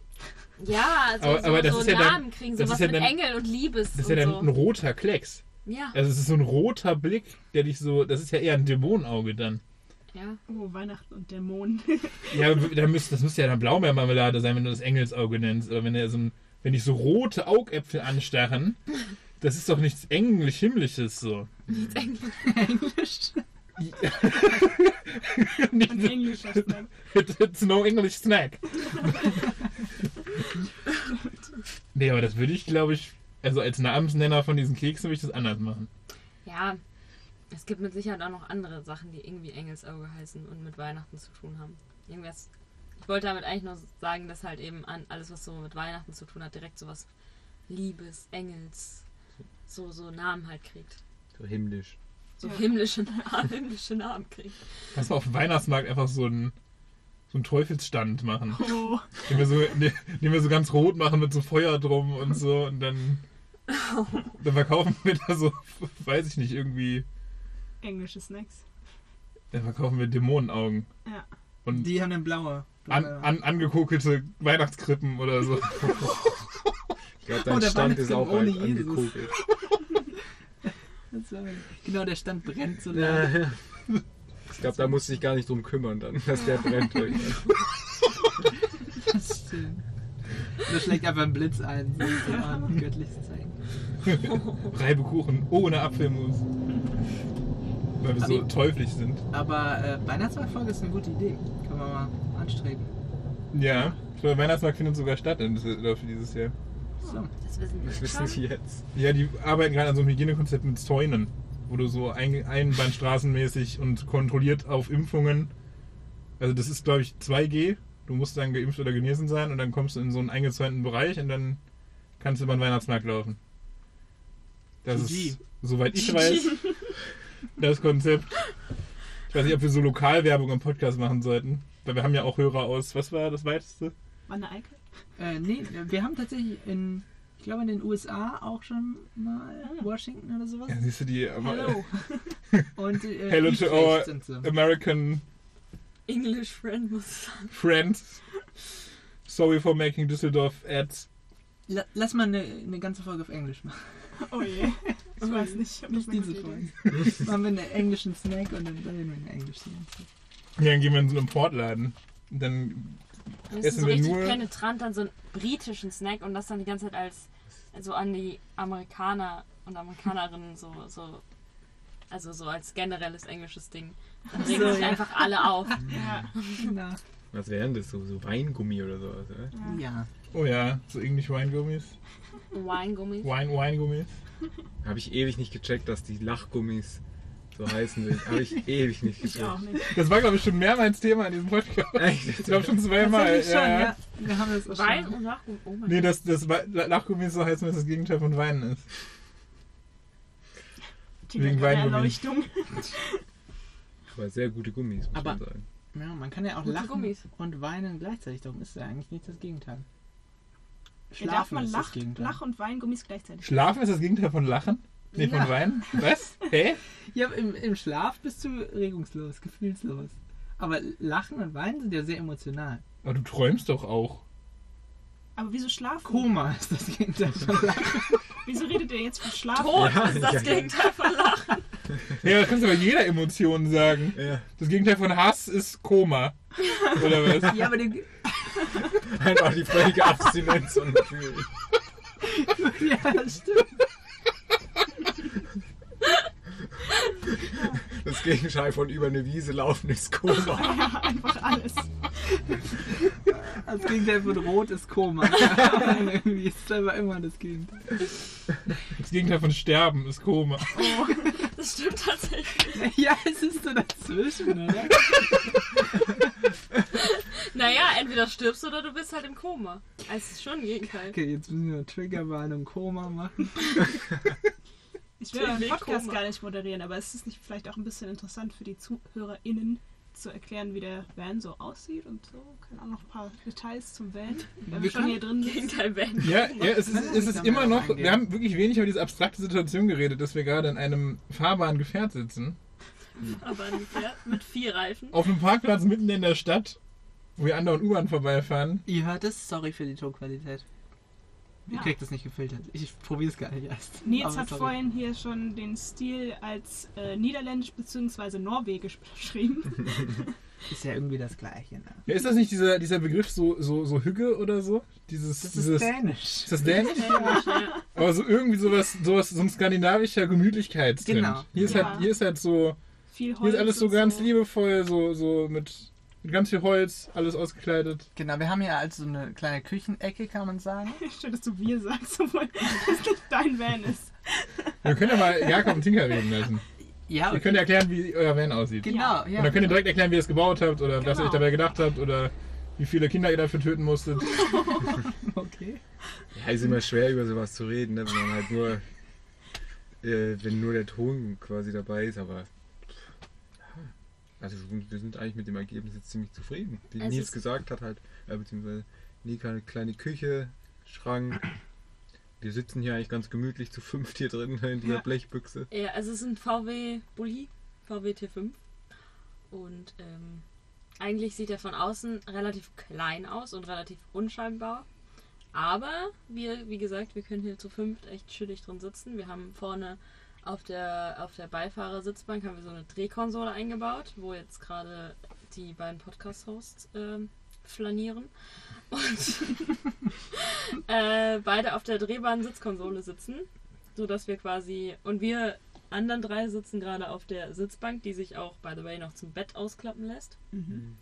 S2: Ja, so,
S4: Aber- aber das
S2: so,
S4: ist
S2: so
S4: ja dann-
S2: Namen kriegen,
S4: das ist
S2: sowas
S4: ja
S2: mit
S4: dann-
S2: Engel und Liebes
S4: Das ist ja
S2: und
S4: dann ein
S2: so.
S4: roter Klecks.
S2: Ja,
S4: Also es ist so ein roter Blick, der dich so. Das ist ja eher ein Dämonenauge dann.
S2: ja.
S5: Oh, Weihnachten und Dämonen.
S4: Ja, da müsst, das müsste ja dann Blaubeermarmelade sein, wenn du das Engelsauge nennst. Oder wenn er so ein, wenn dich so rote Augäpfel anstarren, das ist doch nichts englisch-himmlisches so.
S5: Und Englisch. hast du dann.
S4: It- It's no English snack. nee, aber das würde ich, glaube ich, also als Namensnenner von diesen Keksen würde ich das anders machen.
S2: Ja. Es gibt mit Sicherheit auch noch andere Sachen, die irgendwie Engelsauge heißen und mit Weihnachten zu tun haben. Irgendwas. Ich wollte damit eigentlich nur sagen, dass halt eben an alles, was so mit Weihnachten zu tun hat, direkt sowas Liebes, Engels, so, so Namen halt kriegt.
S6: So himmlisch.
S2: So himmlische, Namen, himmlische Namen kriegt.
S4: Kannst du auf dem Weihnachtsmarkt einfach so einen, so einen Teufelsstand machen.
S5: Oh,
S4: Den wir, so, ne- den wir so ganz rot machen mit so Feuer drum und so und dann, dann verkaufen wir da so, weiß ich nicht, irgendwie,
S5: englische Snacks.
S4: dann verkaufen wir Dämonenaugen.
S5: Ja.
S4: Und
S1: Die haben dann blaue.
S4: an,
S1: blaue.
S4: an, angekokelte Weihnachtskrippen oder so.
S6: Ich glaube,
S1: Oh,
S6: dein
S1: der
S6: Stand ist
S1: Weihnachtsmann
S6: auch
S1: ohne Jesus.
S6: halt angekokelt.
S1: Das war- Genau, der Stand brennt so
S6: Ja,
S1: lange.
S6: ja. Ich glaube, da musst du dich gar nicht drum kümmern dann, dass der brennt. irgendwann.
S1: Das stimmt. Da schlägt einfach ein Blitz ein. So ist ja ein göttliches Zeichen.
S4: Reibekuchen ohne Apfelmus. Weil wir so
S1: Aber-
S4: teuflisch sind.
S1: Aber äh, Weihnachtsmarktfolge ist eine gute Idee. Können wir mal anstreben.
S4: Ja, ich glaube, Weihnachtsmarkt findet sogar statt in Düsseldorf dieses Jahr.
S1: So.
S2: Das wissen wir
S6: Das wissen
S2: schon.
S6: die jetzt.
S4: Ja, die arbeiten gerade an so einem Hygienekonzept mit Zäunen, wo du so ein, einbahnstraßenmäßig und kontrolliert auf Impfungen. Also das ist, glaube ich, 2G. Du musst dann geimpft oder genesen sein und dann kommst du in so einen eingezäunten Bereich und dann kannst du über den Weihnachtsmarkt laufen. Das
S1: GG.
S4: ist, soweit ich weiß, das Konzept. Ich weiß nicht, ob wir so Lokalwerbung im Podcast machen sollten. Weil wir haben ja auch Hörer aus, was war das weiteste?
S5: War eine Eike?
S1: Äh, nee, wir haben tatsächlich in, ich glaube in den USA auch schon mal
S5: Ah.
S1: Washington oder sowas.
S4: Ja, siehst du die
S5: Hello.
S1: Und äh,
S4: Hello to
S1: Utrecht
S4: our-
S1: sind sie.
S4: American
S2: English Friend muss ich sagen.
S4: Friends. Sorry for making Düsseldorf ads.
S1: La lass mal eine, eine ganze Folge auf Englisch machen.
S5: Oh je. Ich weiß nicht. ob das
S1: Nicht
S5: eine
S1: diese
S5: gute Idee ist.
S1: Folge. machen wir einen englischen Snack und dann reden wir einen englischen Snack.
S4: Ja, dann gehen wir in so einen Importladen. Und Dann,
S2: Wir müssen
S4: Essen
S2: so
S4: wir
S2: richtig
S4: nur-
S2: penetrant dann so einen britischen Snack und das dann die ganze Zeit als so an die Amerikaner und Amerikanerinnen so, so also so als generelles englisches Ding. Dann regen sich einfach alle auf.
S5: Ja.
S1: Na,
S6: Was wären das? So, so Weingummi oder sowas, oder?
S1: ja.
S4: oh ja, so English Weingummis.
S2: Weingummis.
S4: Wine, Weingummis.
S6: Habe ich ewig nicht gecheckt, dass die Lachgummis so heißen. Habe ich ewig nicht
S5: Ich auch
S6: gecheckt.
S5: nicht.
S4: Das war, glaube ich, schon mehrmals Thema in diesem Podcast.
S6: Echt?
S4: Ich glaube schon zweimal.
S1: Tatsächlich schon, ja. Wir haben das auch
S2: Wein
S1: schon.
S2: und Lachgummi. Oh mein
S4: Nee,
S2: Gott.
S4: das, das Lachgummi ist so heiß, wenn es das Gegenteil von Weinen ist.
S5: Wegen Erleuchtung.
S6: Aber sehr gute Gummis, muss
S1: Aber-
S6: man sagen.
S1: Ja, man kann ja auch
S2: Gute
S1: lachen
S2: Gummis.
S1: und weinen gleichzeitig. Darum ist ja eigentlich nicht das Gegenteil.
S5: Ja, darf man
S1: ist das
S5: Lach,
S1: Gegenteil.
S5: Lach und Weingummis gleichzeitig.
S4: Schlafen ist das Gegenteil von Lachen? Nee,
S1: Ja.
S4: von Weinen? Was? Hä?
S1: Ja, im, im Schlaf bist du regungslos, gefühlslos. Aber Lachen und Weinen sind ja sehr emotional.
S4: Aber du träumst doch auch.
S5: Aber wieso schlafen?
S1: Koma ist das Gegenteil von Lachen.
S5: Wieso redet ihr jetzt von Schlafen?
S2: Tod
S6: Ja,
S2: ist das
S6: ja.
S2: Gegenteil von Lachen.
S4: Ja, das kannst du bei jeder Emotion sagen.
S6: Ja.
S4: Das Gegenteil von Hass ist Koma. Oder was?
S1: Ja, aber den,
S6: Einfach die völlige Abstinenz von Gefühlen.
S1: ja, das stimmt.
S6: Das Gegenteil von über eine Wiese laufen ist Koma.
S5: Ja, einfach alles.
S1: Das Gegenteil von Rot ist Koma. Irgendwie ist aber immer das Gegenteil.
S4: Das Gegenteil von Sterben ist Koma.
S2: Das stimmt tatsächlich.
S1: Ja, es ist so dazwischen, oder?
S2: Naja, entweder stirbst du oder du bist halt im Koma. Es ist schon ein Gegenteil.
S1: Okay, jetzt müssen wir Triggerwarnung Koma machen.
S5: Ich will den
S2: Tja,
S5: Podcast
S2: Koma.
S5: gar nicht moderieren, aber es ist nicht vielleicht auch ein bisschen interessant für die ZuhörerInnen zu erklären, wie der Van so aussieht und so. Keine Ahnung, noch ein paar Details zum Van. Wenn wir
S1: Wir
S5: schon
S1: können-
S5: hier drin sind.
S2: Gegenteil wenn.
S4: Ja, ja es ist, es ist immer noch. Wir haben wirklich wenig über diese abstrakte Situation geredet, dass wir gerade in einem fahrbaren Gefährt sitzen.
S2: Aber ungefähr mit vier Reifen.
S4: Auf einem Parkplatz mitten in der Stadt, wo wir andauernd U-Bahn vorbeifahren.
S1: Ihr hört es, sorry für die Tonqualität. Ihr
S5: Ja.
S1: kriegt es nicht gefiltert. Ich probiere es gar nicht erst.
S5: Nils
S4: Also,
S1: Aber
S5: hat
S1: sorry.
S5: vorhin hier schon den Stil als äh, niederländisch bzw. norwegisch beschrieben.
S1: Ist ja irgendwie das Gleiche, ne?
S4: Ja, ist das nicht dieser, dieser Begriff so, so, so Hügge oder so? Dieses,
S1: Das ist
S4: dieses,
S1: Dänisch.
S4: Ist das dänisch?
S2: Ja.
S4: Aber so irgendwie sowas, sowas, so ein skandinavischer Gemütlichkeitstrend.
S1: Genau.
S4: Hier ist,
S5: Ja.
S4: halt, hier ist halt so,
S5: Viel
S4: hier
S5: Holz
S4: ist alles so
S5: und
S4: ganz liebevoll, so, so mit, mit ganz viel Holz, alles ausgekleidet.
S1: Genau, wir haben ja also so eine kleine Küchenecke, kann man sagen.
S5: Schön, dass du wir sagst, obwohl das nicht dein Van ist.
S4: Wir können ja mal Jakob und Tinker reden lassen.
S1: Ja,
S4: Ihr könnt erklären, wie euer Van aussieht.
S1: genau. Ja.
S4: Und dann könnt ihr direkt erklären, wie ihr es gebaut habt oder was ihr
S5: Genau.
S4: euch dabei gedacht habt oder wie viele Kinder ihr dafür töten musstet.
S1: okay.
S6: Ja, ist immer schwer, über sowas zu reden, ne? wenn man halt nur, äh, wenn nur der Ton quasi dabei ist, aber. ja. Also wir sind eigentlich mit dem Ergebnis jetzt ziemlich zufrieden. Wie
S2: Es
S6: Nils
S2: ist-
S6: gesagt hat, halt, äh, beziehungsweise Nika eine kleine Küche, Schrank. Wir sitzen hier eigentlich ganz gemütlich zu fünft hier drin in dieser
S5: Ja.
S6: Blechbüchse.
S2: ja, also es ist ein VW Bulli, VW T5. Und ähm, eigentlich sieht er von außen relativ klein aus und relativ unscheinbar. Aber wir, wie gesagt, wir können hier zu fünft echt chillig drin sitzen. Wir haben vorne auf der, auf der Beifahrersitzbank haben wir so eine Drehkonsole eingebaut, wo jetzt gerade die beiden Podcast-Hosts ähm, flanieren. Und äh, beide auf der drehbaren Sitzkonsole sitzen, sodass wir quasi. Und wir anderen drei sitzen gerade auf der Sitzbank, die sich auch, by the way, noch zum Bett ausklappen lässt.
S5: Mhm.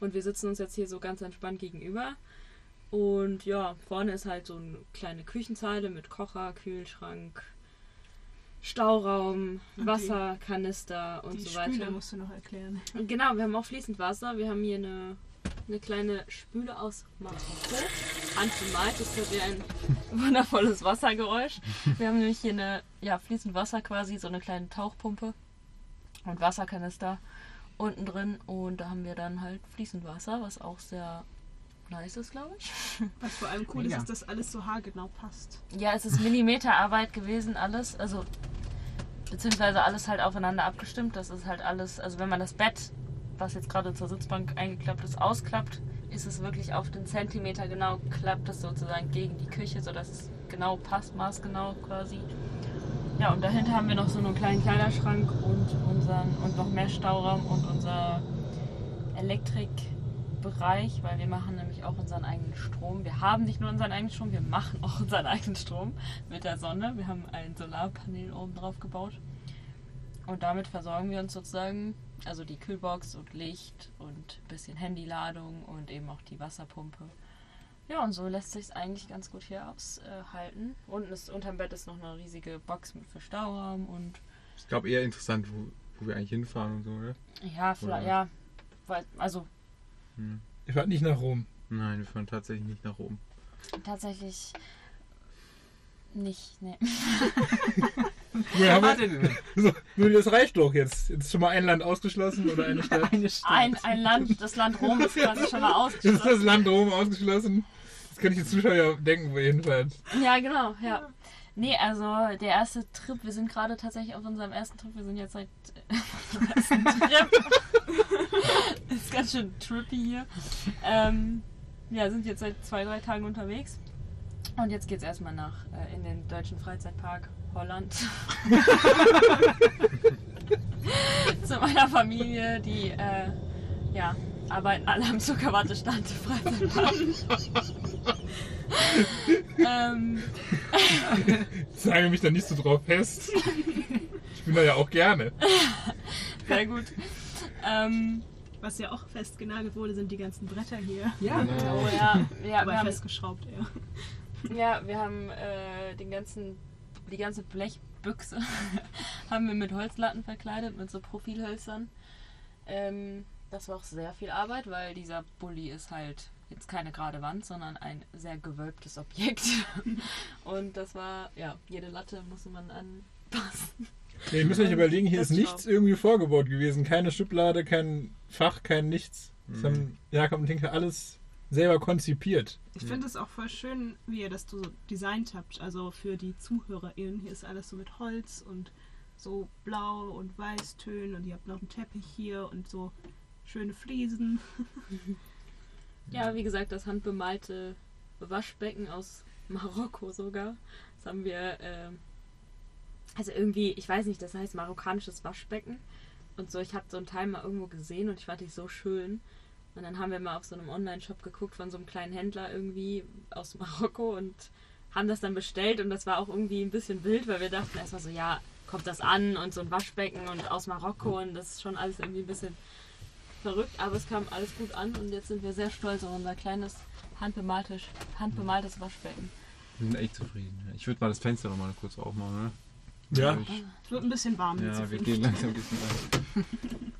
S2: Und wir sitzen uns jetzt hier so ganz entspannt gegenüber. Und ja, vorne ist halt so eine kleine Küchenzeile mit Kocher, Kühlschrank, Stauraum,
S5: Und die-
S2: Wasserkanister und
S5: Die
S2: so weiter.
S5: Spüle musst du noch erklären.
S2: Genau, wir haben auch fließend Wasser. Wir haben hier eine, eine kleine Spüle aus Marokko. Angemalt, das hört ihr ein wundervolles Wassergeräusch. Wir haben nämlich hier eine, ja, fließend Wasser quasi, so eine kleine Tauchpumpe und Wasserkanister unten drin. Und da haben wir dann halt fließend Wasser, was auch sehr nice ist, glaube ich.
S5: Was vor allem cool
S1: Mega.
S5: ist, ist, dass alles so haargenau passt.
S2: Ja, es ist Millimeterarbeit gewesen, alles. Also, beziehungsweise alles halt aufeinander abgestimmt. Das ist halt alles. Also, wenn man das Bett, was jetzt gerade zur Sitzbank eingeklappt ist, ausklappt, ist es wirklich auf den Zentimeter genau, klappt es sozusagen gegen die Küche, sodass es genau passt, maßgenau quasi. Ja, und dahinter haben wir noch so einen kleinen Kleiderschrank und unseren und noch mehr Stauraum und unser Elektrikbereich, weil wir machen nämlich auch unseren eigenen Strom. Wir haben nicht nur unseren eigenen Strom, wir machen auch unseren eigenen Strom mit der Sonne. Wir haben ein Solarpanel oben drauf gebaut. Und damit versorgen wir uns sozusagen, also die Kühlbox und Licht und ein bisschen Handyladung und eben auch die Wasserpumpe. Ja, und so lässt sich es eigentlich ganz gut hier aushalten. Unten ist unterm Bett ist noch eine riesige Box mit für Stauraum und
S6: Ich glaube eher interessant, wo, wo wir eigentlich hinfahren und so, oder?
S2: ja, vielleicht,
S6: Oder-
S2: ja. Weil- Also
S4: Ihr fahrt nicht nach Rom.
S6: Nein, wir fahren tatsächlich nicht nach oben.
S2: tatsächlich nicht, ne.
S4: Wir haben,
S1: Wartet mal.
S4: so, nun, das reicht doch jetzt. Jetzt schon mal ein Land ausgeschlossen oder eine Stadt.
S1: Eine Stadt.
S2: Ein, ein Land, das Land Rom ist quasi schon mal
S4: Das ist das
S2: ausgeschlossen.
S4: Land Rom ausgeschlossen. Das könnte ich den Zuschauer denken, jedenfalls.
S2: Ja, genau, ja. Nee, also der erste Trip, wir sind gerade tatsächlich auf unserem ersten Trip, wir sind jetzt seit äh, unserem ersten Trip. ist ganz schön trippy hier. Ähm, ja, sind jetzt seit zwei, drei Tagen unterwegs. Und jetzt geht's erstmal nach äh, in den deutschen Freizeitpark Holland. Zu meiner Familie, die äh, ja, arbeiten alle am Zuckerwattestand im Freizeitpark. ähm,
S4: Sage mich da nicht so drauf fest. Ich bin da ja auch gerne.
S2: Sehr gut. Ähm,
S5: Was ja auch festgenagelt wurde, sind die ganzen Bretter hier.
S1: Ja,
S2: oh ja, ja,
S5: Aber
S2: wir haben,
S5: festgeschraubt, ja.
S2: ja, wir haben äh, den ganzen, die ganze Blechbüchse haben wir mit Holzlatten verkleidet, mit so Profilhölzern. Ähm, das war auch sehr viel Arbeit, weil dieser Bulli ist halt jetzt keine gerade Wand, sondern ein sehr gewölbtes Objekt. Und das war, ja, jede Latte musste man anpassen.
S4: Ja, ihr müsst euch überlegen, hier
S2: Das
S4: ist nichts irgendwie vorgebaut gewesen. Keine Schublade, kein Fach, kein nichts. Das haben Jakob und Tinker alles selber konzipiert.
S5: Ich finde es auch voll schön, wie ihr das so designt habt. Also für die ZuhörerInnen. Hier ist alles so mit Holz und so blau und weißtönen und ihr habt noch einen Teppich hier und so schöne Fliesen.
S7: Ja, wie gesagt, das handbemalte Waschbecken aus Marokko sogar. Das haben wir, ähm, also irgendwie, ich weiß nicht, das heißt marokkanisches Waschbecken. Und so, ich habe so ein Teil mal irgendwo gesehen und ich fand die so schön. Und dann haben wir mal auf so einem Online-Shop geguckt von so einem kleinen Händler irgendwie aus Marokko und haben das dann bestellt und das war auch irgendwie ein bisschen wild, weil wir dachten erstmal so, ja, kommt das an und so ein Waschbecken und aus Marokko und das ist schon alles irgendwie ein bisschen verrückt, aber es kam alles gut an und jetzt sind wir sehr stolz auf unser kleines handbemaltes, handbemaltes Waschbecken.
S6: Wir sind echt zufrieden. ja. Ich würde mal das Fenster noch mal kurz aufmachen. Ne?
S8: Ja.
S6: Ich,
S5: Es wird ein bisschen warm. jetzt
S6: ja,
S5: auf
S6: wir
S5: jeden
S6: gehen
S5: Fall.
S6: langsam ein bisschen rein.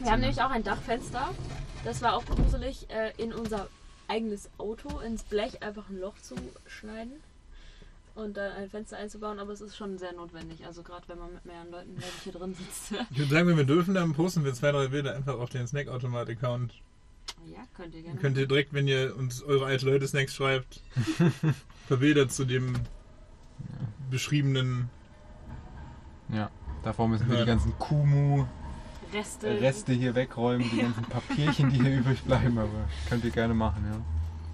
S7: Wir haben nämlich auch ein Dachfenster. Das war auch gruselig, äh, in unser eigenes Auto ins Blech einfach ein Loch zu schneiden und dann ein Fenster einzubauen, aber es ist schon sehr notwendig. Also gerade wenn man mit mehreren Leuten glaube ich, hier drin sitzt.
S8: Ich würde sagen, wenn wir dürfen, dann posten wir zwei, drei Bilder einfach auf den Snackautomat-Account.
S7: ja, könnt ihr
S8: Dann
S7: gerne.
S8: könnt ihr direkt, wenn ihr uns eure alte Leute Snacks schreibt, ein paar Bilder zu dem beschriebenen.
S6: Ja, davor müssen wir
S8: Ja.
S6: die ganzen Kumu
S2: Reste.
S6: Reste hier wegräumen, die ganzen Papierchen, die hier übrig bleiben, aber könnt ihr gerne machen, ja.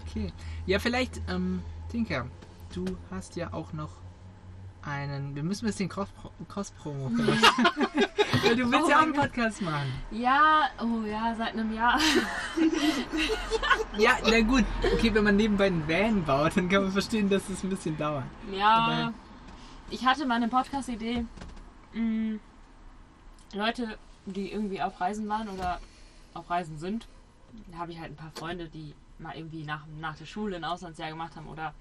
S1: Okay. Ja, vielleicht, ähm, Tinker, du hast ja auch noch einen. Wir müssen ein bisschen Cross- Cross-Promo machen. Weil du willst
S2: Oh
S1: ja auch einen
S2: mein
S1: Podcast machen.
S2: Ja, oh ja, seit einem Jahr.
S1: Ja, na gut. Okay, wenn man nebenbei einen Van baut, dann kann man verstehen, dass es ein bisschen dauert.
S2: Ja, ich hatte mal eine Podcast-Idee. Mm, Leute, die irgendwie auf Reisen waren oder auf Reisen sind, da habe ich halt ein paar Freunde, die mal irgendwie nach, nach der Schule ein Auslandsjahr gemacht haben oder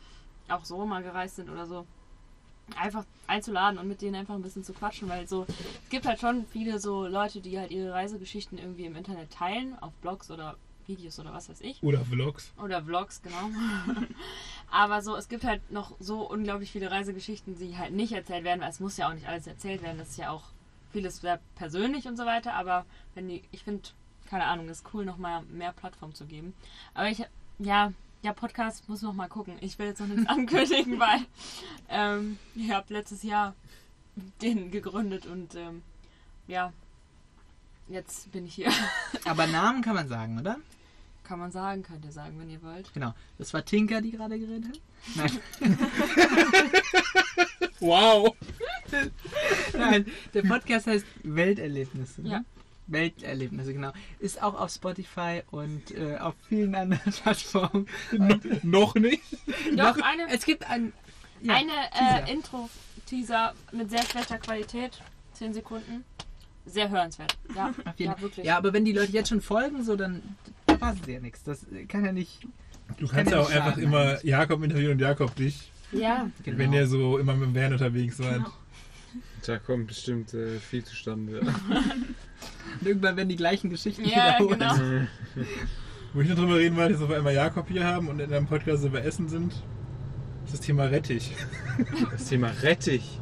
S2: auch so mal gereist sind oder so. Einfach einzuladen und mit denen einfach ein bisschen zu quatschen, weil so, es gibt halt schon viele so Leute, die halt ihre Reisegeschichten irgendwie im Internet teilen, auf Blogs oder Videos oder was weiß ich.
S4: Oder Vlogs.
S2: Oder Vlogs, genau. Aber so, es gibt halt noch so unglaublich viele Reisegeschichten, die halt nicht erzählt werden, weil es muss ja auch nicht alles erzählt werden. Das ist ja auch vieles sehr persönlich und so weiter. Aber wenn die, ich finde, keine Ahnung, ist cool, nochmal mehr Plattform zu geben. Aber ich, ja, ja, Podcast muss noch mal gucken. Ich will jetzt noch nichts ankündigen, weil ähm, ich habe letztes Jahr den gegründet und ähm, ja, jetzt bin ich hier.
S1: Aber Namen kann man sagen, oder?
S2: Kann man sagen, könnt ihr sagen, wenn ihr wollt.
S1: Genau. Das war Tinker, die gerade geredet hat. Nein,
S4: Wow!
S1: nein. Der Podcast heißt Welterlebnisse. Ne?
S2: Ja.
S1: Welterlebnisse, genau. Ist auch auf Spotify und äh, auf vielen anderen Plattformen.
S4: Noch nicht?
S2: Doch, eine
S1: Es gibt ein. Ja,
S2: Eine
S1: Teaser.
S2: äh, Intro-Teaser mit sehr schlechter Qualität. 10 Sekunden. Sehr hörenswert. Ja,
S1: jeden-
S2: ja wirklich.
S1: Ja, aber wenn die Leute jetzt schon folgen, so dann da passt ja nichts. Das äh, kann ja nicht.
S8: Du kannst
S1: ja
S8: ja auch
S1: nicht
S8: einfach
S1: schaden,
S8: immer Jakob interviewen und Jakob dich,
S2: Ja,
S1: Genau.
S8: wenn ihr so immer mit dem Van unterwegs seid.
S6: Da kommt bestimmt äh, viel zustande.
S1: Und irgendwann werden die gleichen Geschichten
S2: ja
S1: wiederholt.
S2: genau.
S8: Wo ich noch drüber reden wollte, ist, dass wir einmal Jakob hier haben und in einem Podcast über Essen sind.
S4: Das ist das Thema Rettich.
S9: Das Thema Rettich.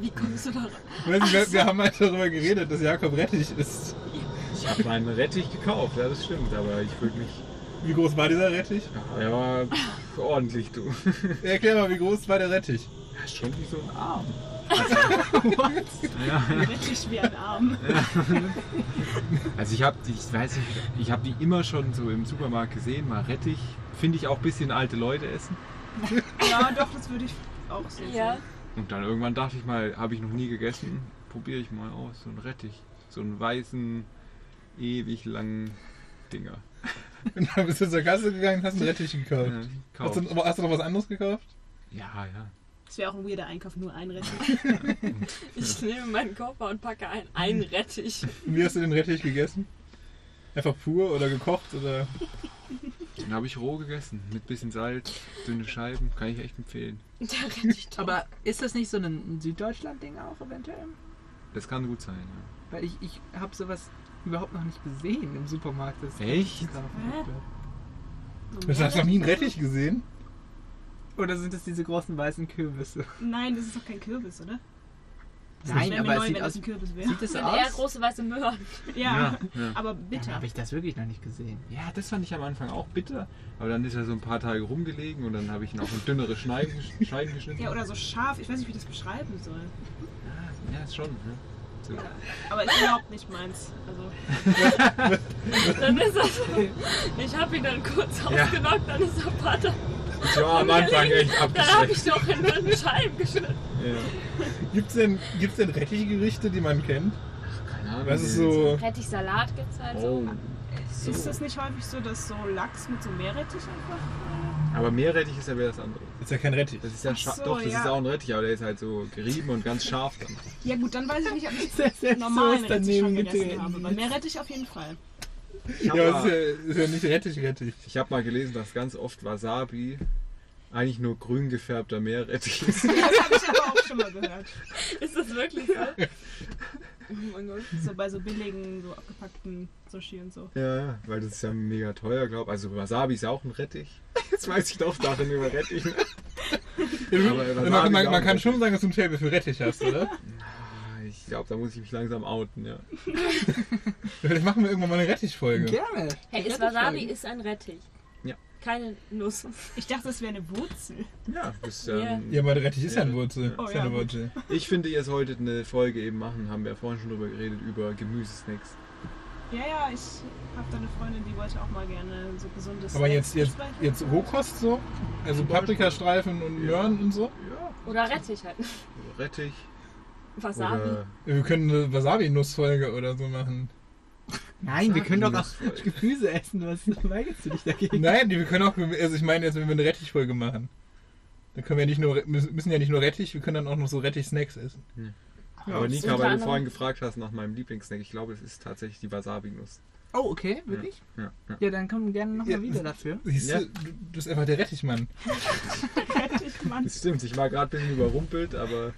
S2: Wie kommst du da rein?
S4: Weißt du, wir, wir haben halt darüber geredet, dass Jakob Rettich ist.
S9: Ich habe meinen Rettich gekauft, ja, das stimmt, aber ich würde mich.
S4: Wie groß war dieser Rettich?
S9: Ja, aber ordentlich, du.
S4: Erklär mal, wie groß war der Rettich?
S9: Das ist schon wie so ein Arm.
S5: Richtig wie ein Arm.
S6: Also ich habe die, ich weiß nicht, ich habe die immer schon so im Supermarkt gesehen, mal Rettich. Finde ich auch ein bisschen alte Leute essen.
S5: Ja, doch, das würde ich auch so
S2: Ja.
S5: sehen.
S6: Und dann irgendwann dachte ich mal, habe ich noch nie gegessen, probiere ich mal aus, so einen Rettich. So einen weißen, ewig langen Dinger.
S4: Und dann bist du zur Kasse gegangen und hast einen Rettich gekauft.
S6: Ja,
S4: Hast
S6: kauf.
S4: du, aber hast du noch was anderes gekauft?
S6: ja, ja.
S5: Das wäre auch ein weirder Einkauf, nur ein Rettich.
S2: Ich nehme meinen Koffer und packe ein, einen Rettich.
S4: Und wie hast du den Rettich gegessen? Einfach pur oder gekocht oder.
S6: Den habe ich roh gegessen, mit bisschen Salz, dünne Scheiben, kann ich echt empfehlen.
S2: Der Rettich tot.
S1: Aber ist das nicht so ein Süddeutschland-Ding auch eventuell?
S6: Das kann gut sein, ja.
S1: Weil ich, ich habe sowas überhaupt noch nicht gesehen im Supermarkt. Das
S6: Echt?
S4: Du hast noch nie einen Rettich gesehen?
S1: Oder sind es diese großen weißen Kürbisse?
S5: Nein, das ist doch kein Kürbis, oder?
S1: Nein,
S5: Wäre mir
S1: aber es
S5: neu,
S1: sieht
S5: wenn das
S1: aus.
S5: ein Kürbis wäre.
S1: Sieht es so
S10: sind eher
S1: aus?
S10: große weiße Möhren.
S5: Ja,
S6: ja.
S5: aber
S1: Ja,
S5: bitter.
S1: habe ich das wirklich noch nicht gesehen.
S6: Ah. Ja, das fand ich am Anfang auch bitter, aber dann ist er so ein paar Tage rumgelegen und dann habe ich ihn auch in dünnere Schneiden, Scheiben geschnitten.
S5: Ja, oder so scharf. Ich weiß nicht, wie ich das beschreiben soll.
S6: Ja, ist schon. Ne? So.
S5: Aber ist überhaupt nicht meins. Also,
S2: Dann ist er so. Ich habe ihn dann kurz ausgenockt, dann ist der Vater.
S6: Ich war am Anfang echt
S2: Dann habe ich
S6: abgeschreckt.
S2: doch in den Scheiben geschnitten.
S6: Ja.
S4: Gibt's denn, gibt's denn Rettichgerichte, die man kennt?
S6: Keine Ahnung.
S4: Das ist so.
S10: Rettich-Salat gibt es halt
S6: Oh.
S10: so.
S5: ist das nicht häufig so, dass so Lachs mit so Meerrettich einfach.
S6: Aber Meerrettich ist ja wieder das andere.
S4: Ist ja kein Rettich.
S6: Das ist ja
S5: Ach
S6: scharf.
S5: so,
S6: Doch, das
S5: ja.
S6: ist auch ein Rettich, aber der ist halt so gerieben und ganz scharf dann.
S5: äh, Ja, gut, dann weiß ich nicht, ob ich
S1: Selbst so
S5: normalen
S1: ist
S5: Rettich schon
S1: daneben
S5: gegessen
S1: getreten.
S5: habe. Bei Meerrettich auf jeden Fall.
S6: Ich habe
S4: Ja, aber es ist
S6: mal,
S4: ja, ist ja nicht Rettich-Rettich.
S6: ich hab mal gelesen, dass ganz oft Wasabi eigentlich nur grün gefärbter Meerrettich ist.
S5: Das habe ich aber auch schon mal gehört.
S2: Ist das wirklich so? Oh mein Gott.
S5: So bei so billigen, so abgepackten Sushi und so.
S6: ja, ja, weil das ist ja mega teuer, glaube ich. Also Wasabi ist ja auch ein Rettich. Jetzt weiß ich doch Sachen über Rettich. Aber
S4: Man, man, man, kann schon sagen, dass du ein Faible für Rettich hast, oder?
S6: Ah, Ich glaube, da muss ich mich langsam outen, ja.
S4: Vielleicht machen wir irgendwann mal eine Rettich-Folge.
S1: Gerne.
S10: Hey, ist Wasabi ist ein Rettich.
S6: Ja.
S10: Keine Nuss.
S5: Ich dachte, das wäre eine Wurzel.
S6: Ja, das,
S10: Ja.
S6: ähm,
S4: Ja, aber Rettich ist ja eine
S6: Ja.
S4: Wurzel.
S5: Oh
S4: ist ja eine
S5: ja.
S4: Wurzel.
S6: Ich finde, ihr solltet eine Folge eben machen, haben wir ja vorhin schon drüber geredet, über Gemüsesnacks.
S5: Ja, ja, ich habe da eine Freundin, die wollte auch mal gerne so gesundes.
S4: Aber jetzt, jetzt,
S5: Speichel-
S4: jetzt Rohkost so? Also Paprikastreifen und Möhren und so?
S6: Ja,
S10: Oder Rettich halt.
S6: Rettich.
S2: Wasabi.
S6: Oder
S4: Wir können eine Wasabi-Nuss-Folge oder so machen.
S1: Nein, wir können doch
S6: Nussfleisch.
S1: auch Gemüse essen. Was weigerst du dich dagegen?
S4: Nein, die- wir können auch, also ich meine jetzt, wenn wir eine Rettich-Folge machen, dann können wir nicht nur, müssen ja nicht nur Rettich, wir können dann auch noch so Rettich-Snacks essen.
S6: Aber Nika,
S10: unter
S6: weil du
S10: anderem-
S6: vorhin gefragt hast nach meinem Lieblingssnack, ich glaube, es ist tatsächlich die Wasabi-Nuss.
S1: Oh, okay, wirklich?
S6: Ja, ja.
S1: Ja, dann kommen wir gerne nochmal
S4: Ja.
S1: wieder dafür.
S4: Siehst
S6: Ja.
S4: du, du du bist einfach der Rettichmann.
S6: Das stimmt, ich war gerade ein bisschen überrumpelt, aber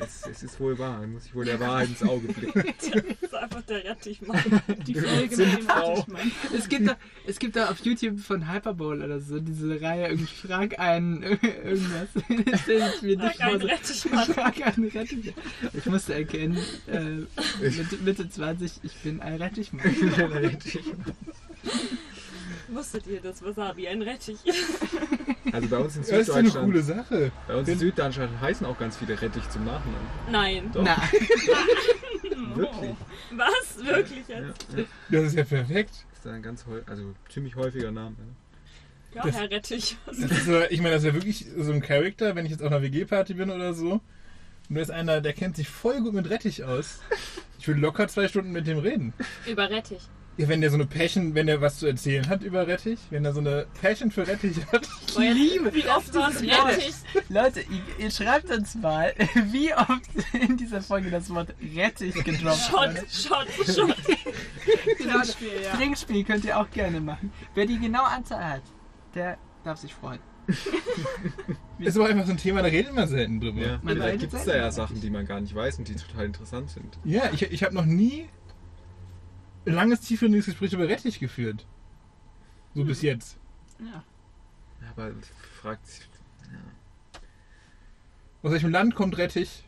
S6: es, es ist wohl wahr. Da muss ich wohl der Wahrheit ins Auge blicken.
S2: Das ist einfach der Rettichmann.
S5: die Folge mit dem
S6: Frau.
S5: Rettichmann.
S1: Es gibt da, es gibt da auf YouTube von Hyperbowl oder so diese Reihe, irgendwie frag einen irgendwas. Stell ich mir dich
S2: Sag ein
S1: vor, so,
S2: Rettichmann.
S1: frag einen Rettich. Ich musste erkennen, äh, mit, Mitte 20, ich bin ein Rettichmann.
S2: Wusstet ihr, dass Wasabi ein Rettich ist?
S6: Also bei uns in
S4: Das ist doch eine coole
S6: Süddeutschland,
S4: Sache.
S6: bei uns in Süddeutschland heißen auch ganz viele Rettich zum Nachnamen.
S2: Nein.
S6: Doch.
S1: Na,
S6: Wirklich.
S2: Was? Wirklich
S6: Ja,
S2: jetzt?
S6: ja.
S4: Das ist ja perfekt.
S6: Ist ein ganz häu- also ziemlich häufiger Name. Ne?
S2: Ja, Herr Rettich.
S4: Das ist so, ich meine, das ist ja wirklich so ein Charakter, wenn ich jetzt auf einer WG-Party bin oder so. Und da ist einer, der kennt sich voll gut mit Rettich aus. Ich will locker zwei Stunden mit dem reden.
S10: Über Rettich.
S4: Ja, wenn der so eine Passion, wenn der was zu erzählen hat über Rettich, wenn er so eine Passion für Rettich hat.
S1: ich liebe
S10: Wie oft das Wort Rettich?
S1: Leute, ihr, ihr schreibt uns mal, wie oft in dieser Folge das Wort Rettich gedroppt
S2: Schott,
S1: wurde.
S2: Schott, Schott.
S1: Genau.
S5: Trinkspiel, ja.
S1: Trinkspiel könnt ihr auch gerne machen. Wer die genaue Anzahl hat, der darf sich freuen.
S4: Ist aber einfach so ein Thema, da redet man selten drüber.
S6: Ja,
S1: Man
S6: vielleicht
S1: redet
S6: gibt es da
S1: selten
S6: ja Sachen, die man gar nicht weiß und die total interessant sind.
S4: Ja, ich, ich habe noch nie ein langes, tiefgründiges Gespräch über Rettich geführt. So bis jetzt.
S5: ja.
S6: Aber fragt,
S4: Aus welchem Land kommt Rettich?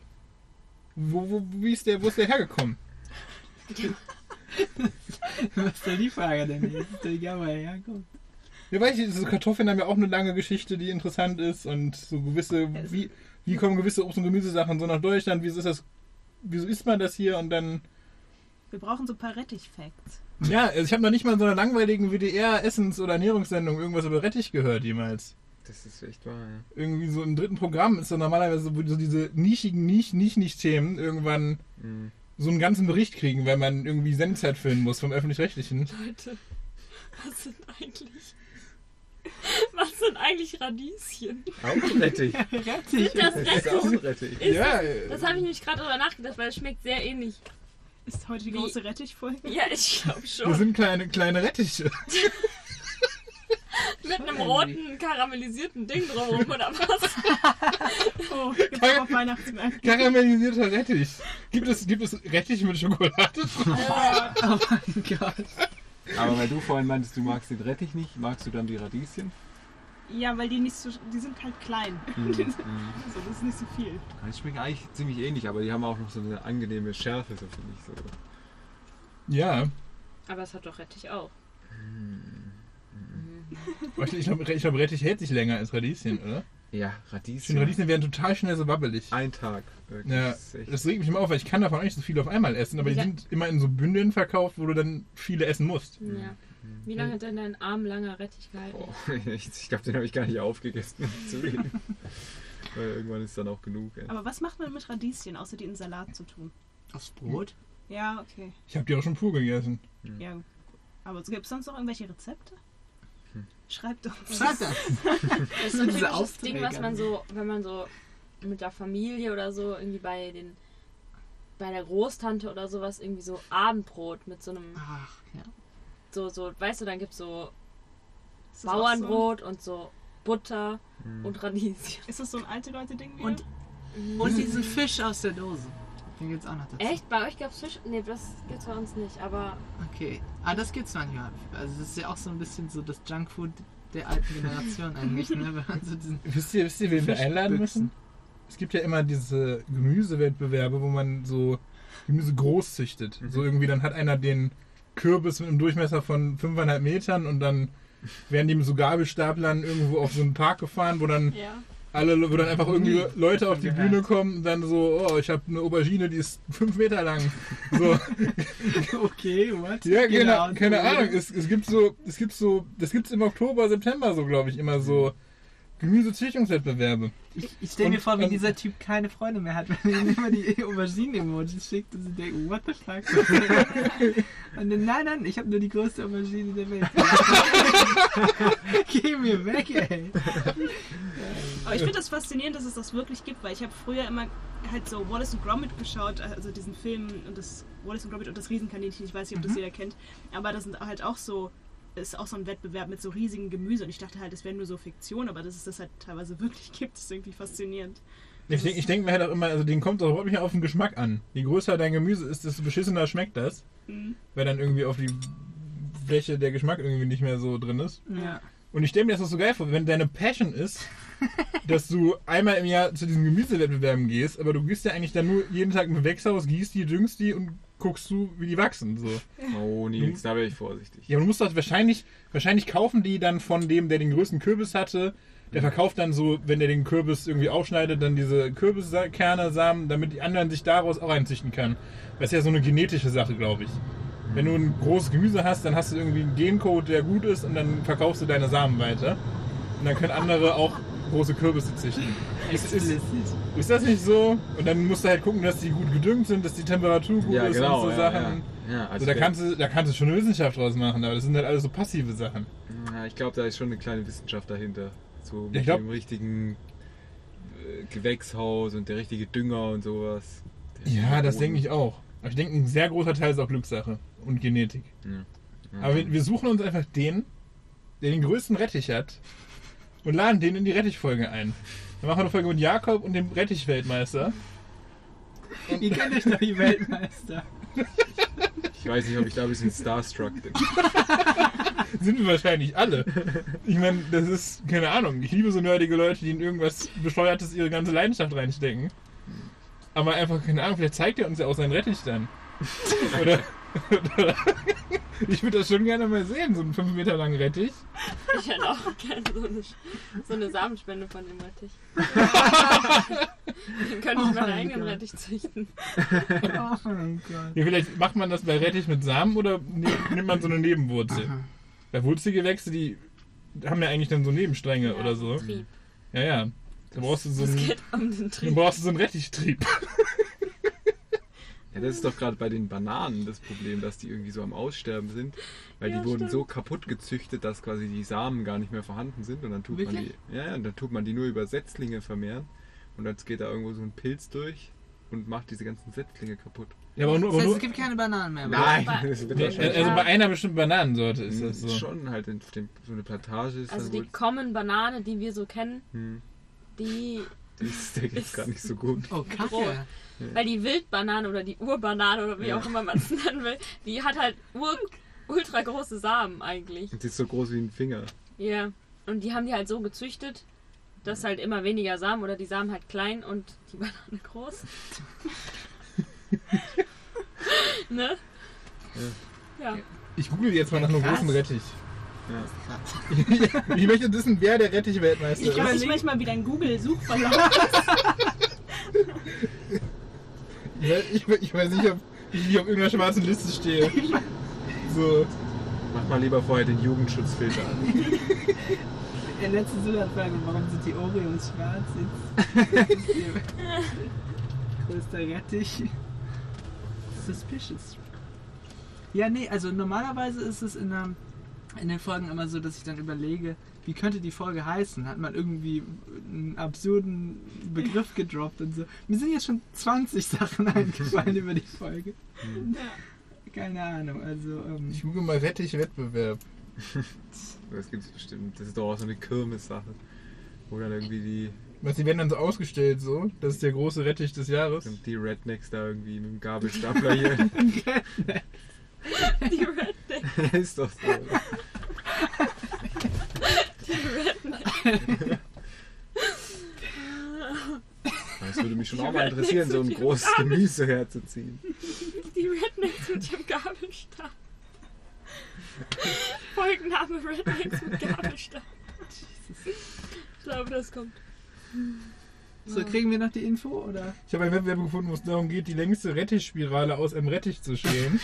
S4: Wo, wo, wie ist der, wo ist der hergekommen?
S1: Was ist denn die Frage denn? Ist doch egal, wo er herkommt.
S4: Ja, weiß ich, so Kartoffeln haben ja auch eine lange Geschichte, die interessant ist und so gewisse, wie, wie kommen gewisse Obst- und Gemüsesachen so nach Deutschland, wieso ist das, wieso isst man das hier und dann...
S5: Wir brauchen so ein paar Rettich-Facts.
S4: Ja, also ich habe noch nicht mal in so einer langweiligen WDR-Essens- oder Ernährungssendung irgendwas über Rettich gehört jemals.
S11: Das ist echt wahr, ja.
S4: Irgendwie so im dritten Programm ist so normalerweise so, wo die- so diese nischigen, nicht, nicht, nicht Themen irgendwann
S11: Mhm.
S4: so einen ganzen Bericht kriegen, weil man irgendwie Sendezeit füllen muss vom Öffentlich-Rechtlichen.
S2: Leute, was sind eigentlich. Was sind eigentlich Radieschen?
S11: Auch rettig.
S1: Rettig.
S2: Das,
S11: Das ist auch rettig.
S2: Ist
S4: ja, äh,
S2: das habe ich nämlich gerade drüber nachgedacht, weil es schmeckt sehr ähnlich.
S5: Ist heute die
S2: Wie-
S5: große Rettich-Folge?
S2: Ja, ich glaube
S4: das
S2: schon.
S4: sind kleine, kleine Rettiche.
S2: Mit einem roten, karamellisierten Ding drumherum oder was?
S5: Oh, gibt's auch auf Weihnachtsmärkten.
S4: Karamellisierter Rettich. Gibt es, gibt es Rettich mit Schokolade?
S1: Oh mein Gott.
S6: Aber weil du vorhin meintest, du magst den Rettich nicht, magst du dann die Radieschen?
S5: Ja, weil die nicht so. Die sind halt klein.
S6: Mhm.
S5: So, das ist nicht so viel.
S6: Die schmecken eigentlich ziemlich ähnlich, aber die haben auch noch so eine angenehme Schärfe, so finde ich. So.
S4: Ja.
S2: Aber es hat doch Rettich auch.
S4: Ich glaube, ich glaub, Rettich hält sich länger als Radieschen, oder?
S6: Ja,
S4: Ich finde,
S6: Radieschen.
S4: Radieschen werden total schnell so wabbelig.
S6: Ein Tag. wirklich.
S4: Ja,
S6: Das ist echt-
S4: das regt mich immer auf, weil ich kann davon auch nicht so viel auf einmal essen, aber die
S2: Ja.
S4: sind immer in so Bündeln verkauft, wo du dann viele essen musst.
S2: Ja. Wie lange hat denn dein Arm langer Rettich gehalten?
S6: Oh, ich ich glaube, den habe ich gar nicht aufgegessen, um zu reden. Weil irgendwann ist dann auch genug. Ey.
S5: Aber was macht man mit Radieschen, außer die in Salat zu tun?
S1: Aufs Brot?
S5: Ja, okay.
S4: Ich habe die auch schon pur gegessen.
S5: Ja. Aber gibt es sonst noch irgendwelche Rezepte? Schreibt uns.
S1: Schreib das.
S2: Das
S1: Nur
S2: ist ein
S1: diese
S2: typisches
S1: Aufträge
S2: Ding, was man
S1: an-
S2: so, wenn man so mit der Familie oder so irgendwie bei den bei der Großtante oder sowas irgendwie so Abendbrot mit so einem
S1: Ach, ja.
S2: so so weißt du, dann gibt's so
S5: Ist das auch Hm.
S2: Bauernbrot und so Butter und Radieschen.
S5: So ein, ist das so ein alte Leute-Ding? wieder?
S1: Und, und diesen Fisch aus der Dose. Den gibt's auch noch dazu.
S2: Echt? Bei euch gab's Fisch? Nee, das gibt's bei uns nicht, aber
S1: Okay. Ah, das gibt's manchmal. Also das ist ja auch so ein bisschen so das Junkfood der alten Generation eigentlich, ne? Wenn man so diesen
S4: Wisst ihr, wisst ihr wen wir einladen müssen? Es gibt ja immer diese Gemüsewettbewerbe, wo man so Gemüse groß züchtet. So irgendwie, dann hat einer den Kürbis mit einem Durchmesser von 5,5 Metern und dann werden die mit so Gabelstaplern irgendwo auf so einen Park gefahren, wo dann
S2: ja.
S4: alle, wo dann einfach irgendwie Leute auf die
S1: gehört.
S4: Bühne kommen und dann so, oh, ich habe eine Aubergine, die ist 5 Meter lang. So.
S1: Okay, what?
S4: Ja,
S1: Genau,
S4: keine, keine Ahnung. Es, es gibt so, es gibt so, das gibt's im Oktober, September so, glaube ich, immer so Gemüsezüchtungswettbewerbe.
S1: Ich, ich stelle mir
S4: Und-
S1: vor, wie
S4: und-
S1: dieser Typ keine Freunde mehr hat, wenn er ihm immer die Auberginen-Emojis schickt und sie denken, what the fuck? und dann, nein, nein, ich habe nur die größte Aubergine der Welt. Geh mir weg, ey.
S5: Aber ich finde das faszinierend, dass es das wirklich gibt, weil ich habe früher immer halt so Wallace und Gromit geschaut, also diesen Film und das Wallace und Gromit und das Riesenkaninchen, ich weiß nicht, ob
S1: Mhm.
S5: das jeder kennt, aber das sind halt auch so, ist auch so ein Wettbewerb mit so riesigem Gemüse und ich dachte halt, das wäre nur so Fiktion, aber dass es das halt teilweise wirklich gibt, ist irgendwie faszinierend.
S4: Ich denke ich denk mir halt auch immer, also den kommt auch überhaupt nicht auf den Geschmack an. Je größer dein Gemüse ist, desto beschissener schmeckt das.
S5: Mhm.
S4: Weil dann irgendwie auf die Fläche der Geschmack irgendwie nicht mehr so drin ist.
S1: Ja.
S4: Und ich stelle mir das auch so geil vor, wenn deine Passion ist, dass du einmal im Jahr zu diesen Gemüsewettbewerben gehst, aber du gehst ja eigentlich dann nur jeden Tag im Gewächshaus, gießt die, düngst die und guckst du, wie die wachsen. So.
S6: Oh, Nils, da wäre ich vorsichtig.
S4: Ja, man muss das halt wahrscheinlich, wahrscheinlich kaufen die dann von dem, der den größten Kürbis hatte. Der verkauft dann so, wenn der den Kürbis irgendwie aufschneidet, dann diese Kürbiskerne, Samen, damit die anderen sich daraus auch einzüchten können. Das ist ja so eine genetische Sache, glaube ich. Wenn du ein großes Gemüse hast, dann hast du irgendwie einen Gencode, der gut ist und dann verkaufst du deine Samen weiter. Und dann können andere auch große Kürbisse züchten. Ist, ist, ist das nicht so? Und dann musst du halt gucken, dass die gut gedüngt sind, dass die Temperatur gut
S6: Ja,
S4: ist
S6: genau.
S4: und so
S6: ja,
S4: Sachen.
S6: ja. Ja, also
S4: Also da,
S6: der-
S4: kannst du, da kannst du schon eine Wissenschaft draus machen, aber das sind halt alles so passive Sachen.
S6: Ja, ich glaube, da ist schon eine kleine Wissenschaft dahinter. So mit
S4: ich glaub-
S6: dem richtigen äh, Gewächshaus und der richtige Dünger und sowas. Der halt
S4: Ja, das
S6: Boden.
S4: denke ich auch. Aber ich denke, ein sehr großer Teil ist auch Glückssache und Genetik.
S6: Ja.
S4: Aber wir, wir suchen uns einfach den, der den größten Rettich hat und laden den in die Rettichfolge ein. Dann machen wir eine Folge mit Jakob und dem Rettichweltmeister.
S1: Ihr kennt euch noch die Weltmeister.
S6: Ich Ich weiß nicht, ob ich da ein bisschen starstruck bin.
S4: Sind wir wahrscheinlich alle. Ich meine, das ist, keine Ahnung, ich liebe so nerdige Leute, die in irgendwas Bescheuertes ihre ganze Leidenschaft reinstecken. Aber einfach, keine Ahnung, vielleicht zeigt er uns ja auch seinen Rettich dann. Oder, oder ich würde das schon gerne mal sehen, so einen 5 Meter langen Rettich.
S2: Ich hätte auch gerne so eine, so eine Samenspende von dem Rettich. Dann könnte
S5: Oh
S2: ich meinen eigenen Rettich züchten.
S1: Oh mein Gott.
S4: Ja, vielleicht macht man das bei Rettich mit Samen oder ne, nimmt man so eine Nebenwurzel. Bei Wurzelgewächse, die haben ja eigentlich dann so Nebenstränge oder so. Hm.
S2: Trieb.
S4: Ja, ja. Da brauchst du so
S2: Es
S4: einen,
S2: geht um den
S4: da
S2: Trieb.
S4: brauchst du so einen Rettichtrieb.
S6: Ja, das ist doch gerade bei den Bananen das Problem, dass die irgendwie so am Aussterben sind, weil
S2: Ja,
S6: die wurden
S2: stimmt.
S6: so kaputt gezüchtet, dass quasi die Samen gar nicht mehr vorhanden sind und dann tut
S1: Wirklich?
S6: man die, ja, ja, und dann tut man die nur über Setzlinge vermehren und dann geht da irgendwo so ein Pilz durch und macht diese ganzen Setzlinge kaputt.
S4: Ja, aber nur,
S1: Das
S4: aber
S1: heißt,
S4: nur
S1: es gibt keine Bananen mehr.
S2: aber-
S6: das wird
S4: Nee,
S6: wahrscheinlich-
S4: also bei einer bestimmten Bananensorte ist das so.
S6: Schon halt in dem, so eine Plantage ist
S2: Also
S6: dann
S2: die
S6: wohl,
S2: Common Banane, die wir so kennen,
S6: Hm.
S2: die.
S6: die ist der geht gar nicht so gut.
S1: Oh,
S2: Bedroht.
S1: Kacke.
S2: Weil die Wildbanane oder die Urbanane oder wie
S6: Ja.
S2: auch immer man es nennen will, die hat halt ur, ultra große Samen eigentlich.
S6: Und die ist so groß wie ein Finger.
S2: Ja. Und die haben die halt so gezüchtet, dass halt immer weniger Samen oder die Samen halt klein und die Banane groß. ne? Ja.
S4: Ich google jetzt mal nach einem großen Rettich.
S1: Krass.
S4: Ich möchte wissen, wer der Rettich-Weltmeister
S5: Ich
S4: ist.
S5: glaube, ich manchmal wieder ein Google-Suchverlauf.
S4: Ich weiß, ich, ich weiß nicht, ob ich nicht auf irgendeiner schwarzen Liste stehe. So.
S6: Mach mal lieber vorher den Jugendschutzfilter an.
S12: Der letzte Zusatzfrage, warum sind die Oreos schwarz? Jetzt ist ihr größter Rettich. Suspicious.
S1: Ja, nee, also normalerweise ist es in, der, in den Folgen immer so, dass ich dann überlege, wie könnte die Folge heißen? Hat man irgendwie einen absurden Begriff gedroppt und so. Mir sind jetzt schon 20 Sachen eingefallen über die Folge. Keine Ahnung, also. Ähm,
S4: Ich google mal Rettich-Wettbewerb.
S6: Das gibt's bestimmt. Das ist doch auch so eine Kirmes-Sache. Wo dann irgendwie die
S4: Was, die werden dann so ausgestellt, so. Das ist der große Rettich des Jahres.
S6: Und die Rednecks da irgendwie mit dem Gabelstapler hier.
S2: Die Redneck.
S6: ist doch so. Das würde mich schon auch mal interessieren, so ein großes Gemüse herzuziehen.
S2: Die Rednecks mit ihrem Gabelstab. Folgenname Rednecks mit Gabelstab. Ich glaube, das kommt.
S1: so kriegen wir noch die Info oder?
S4: Ich habe einen Wettbewerb gefunden, wo es darum geht, die längste Rettichspirale aus einem Rettich zu stellen.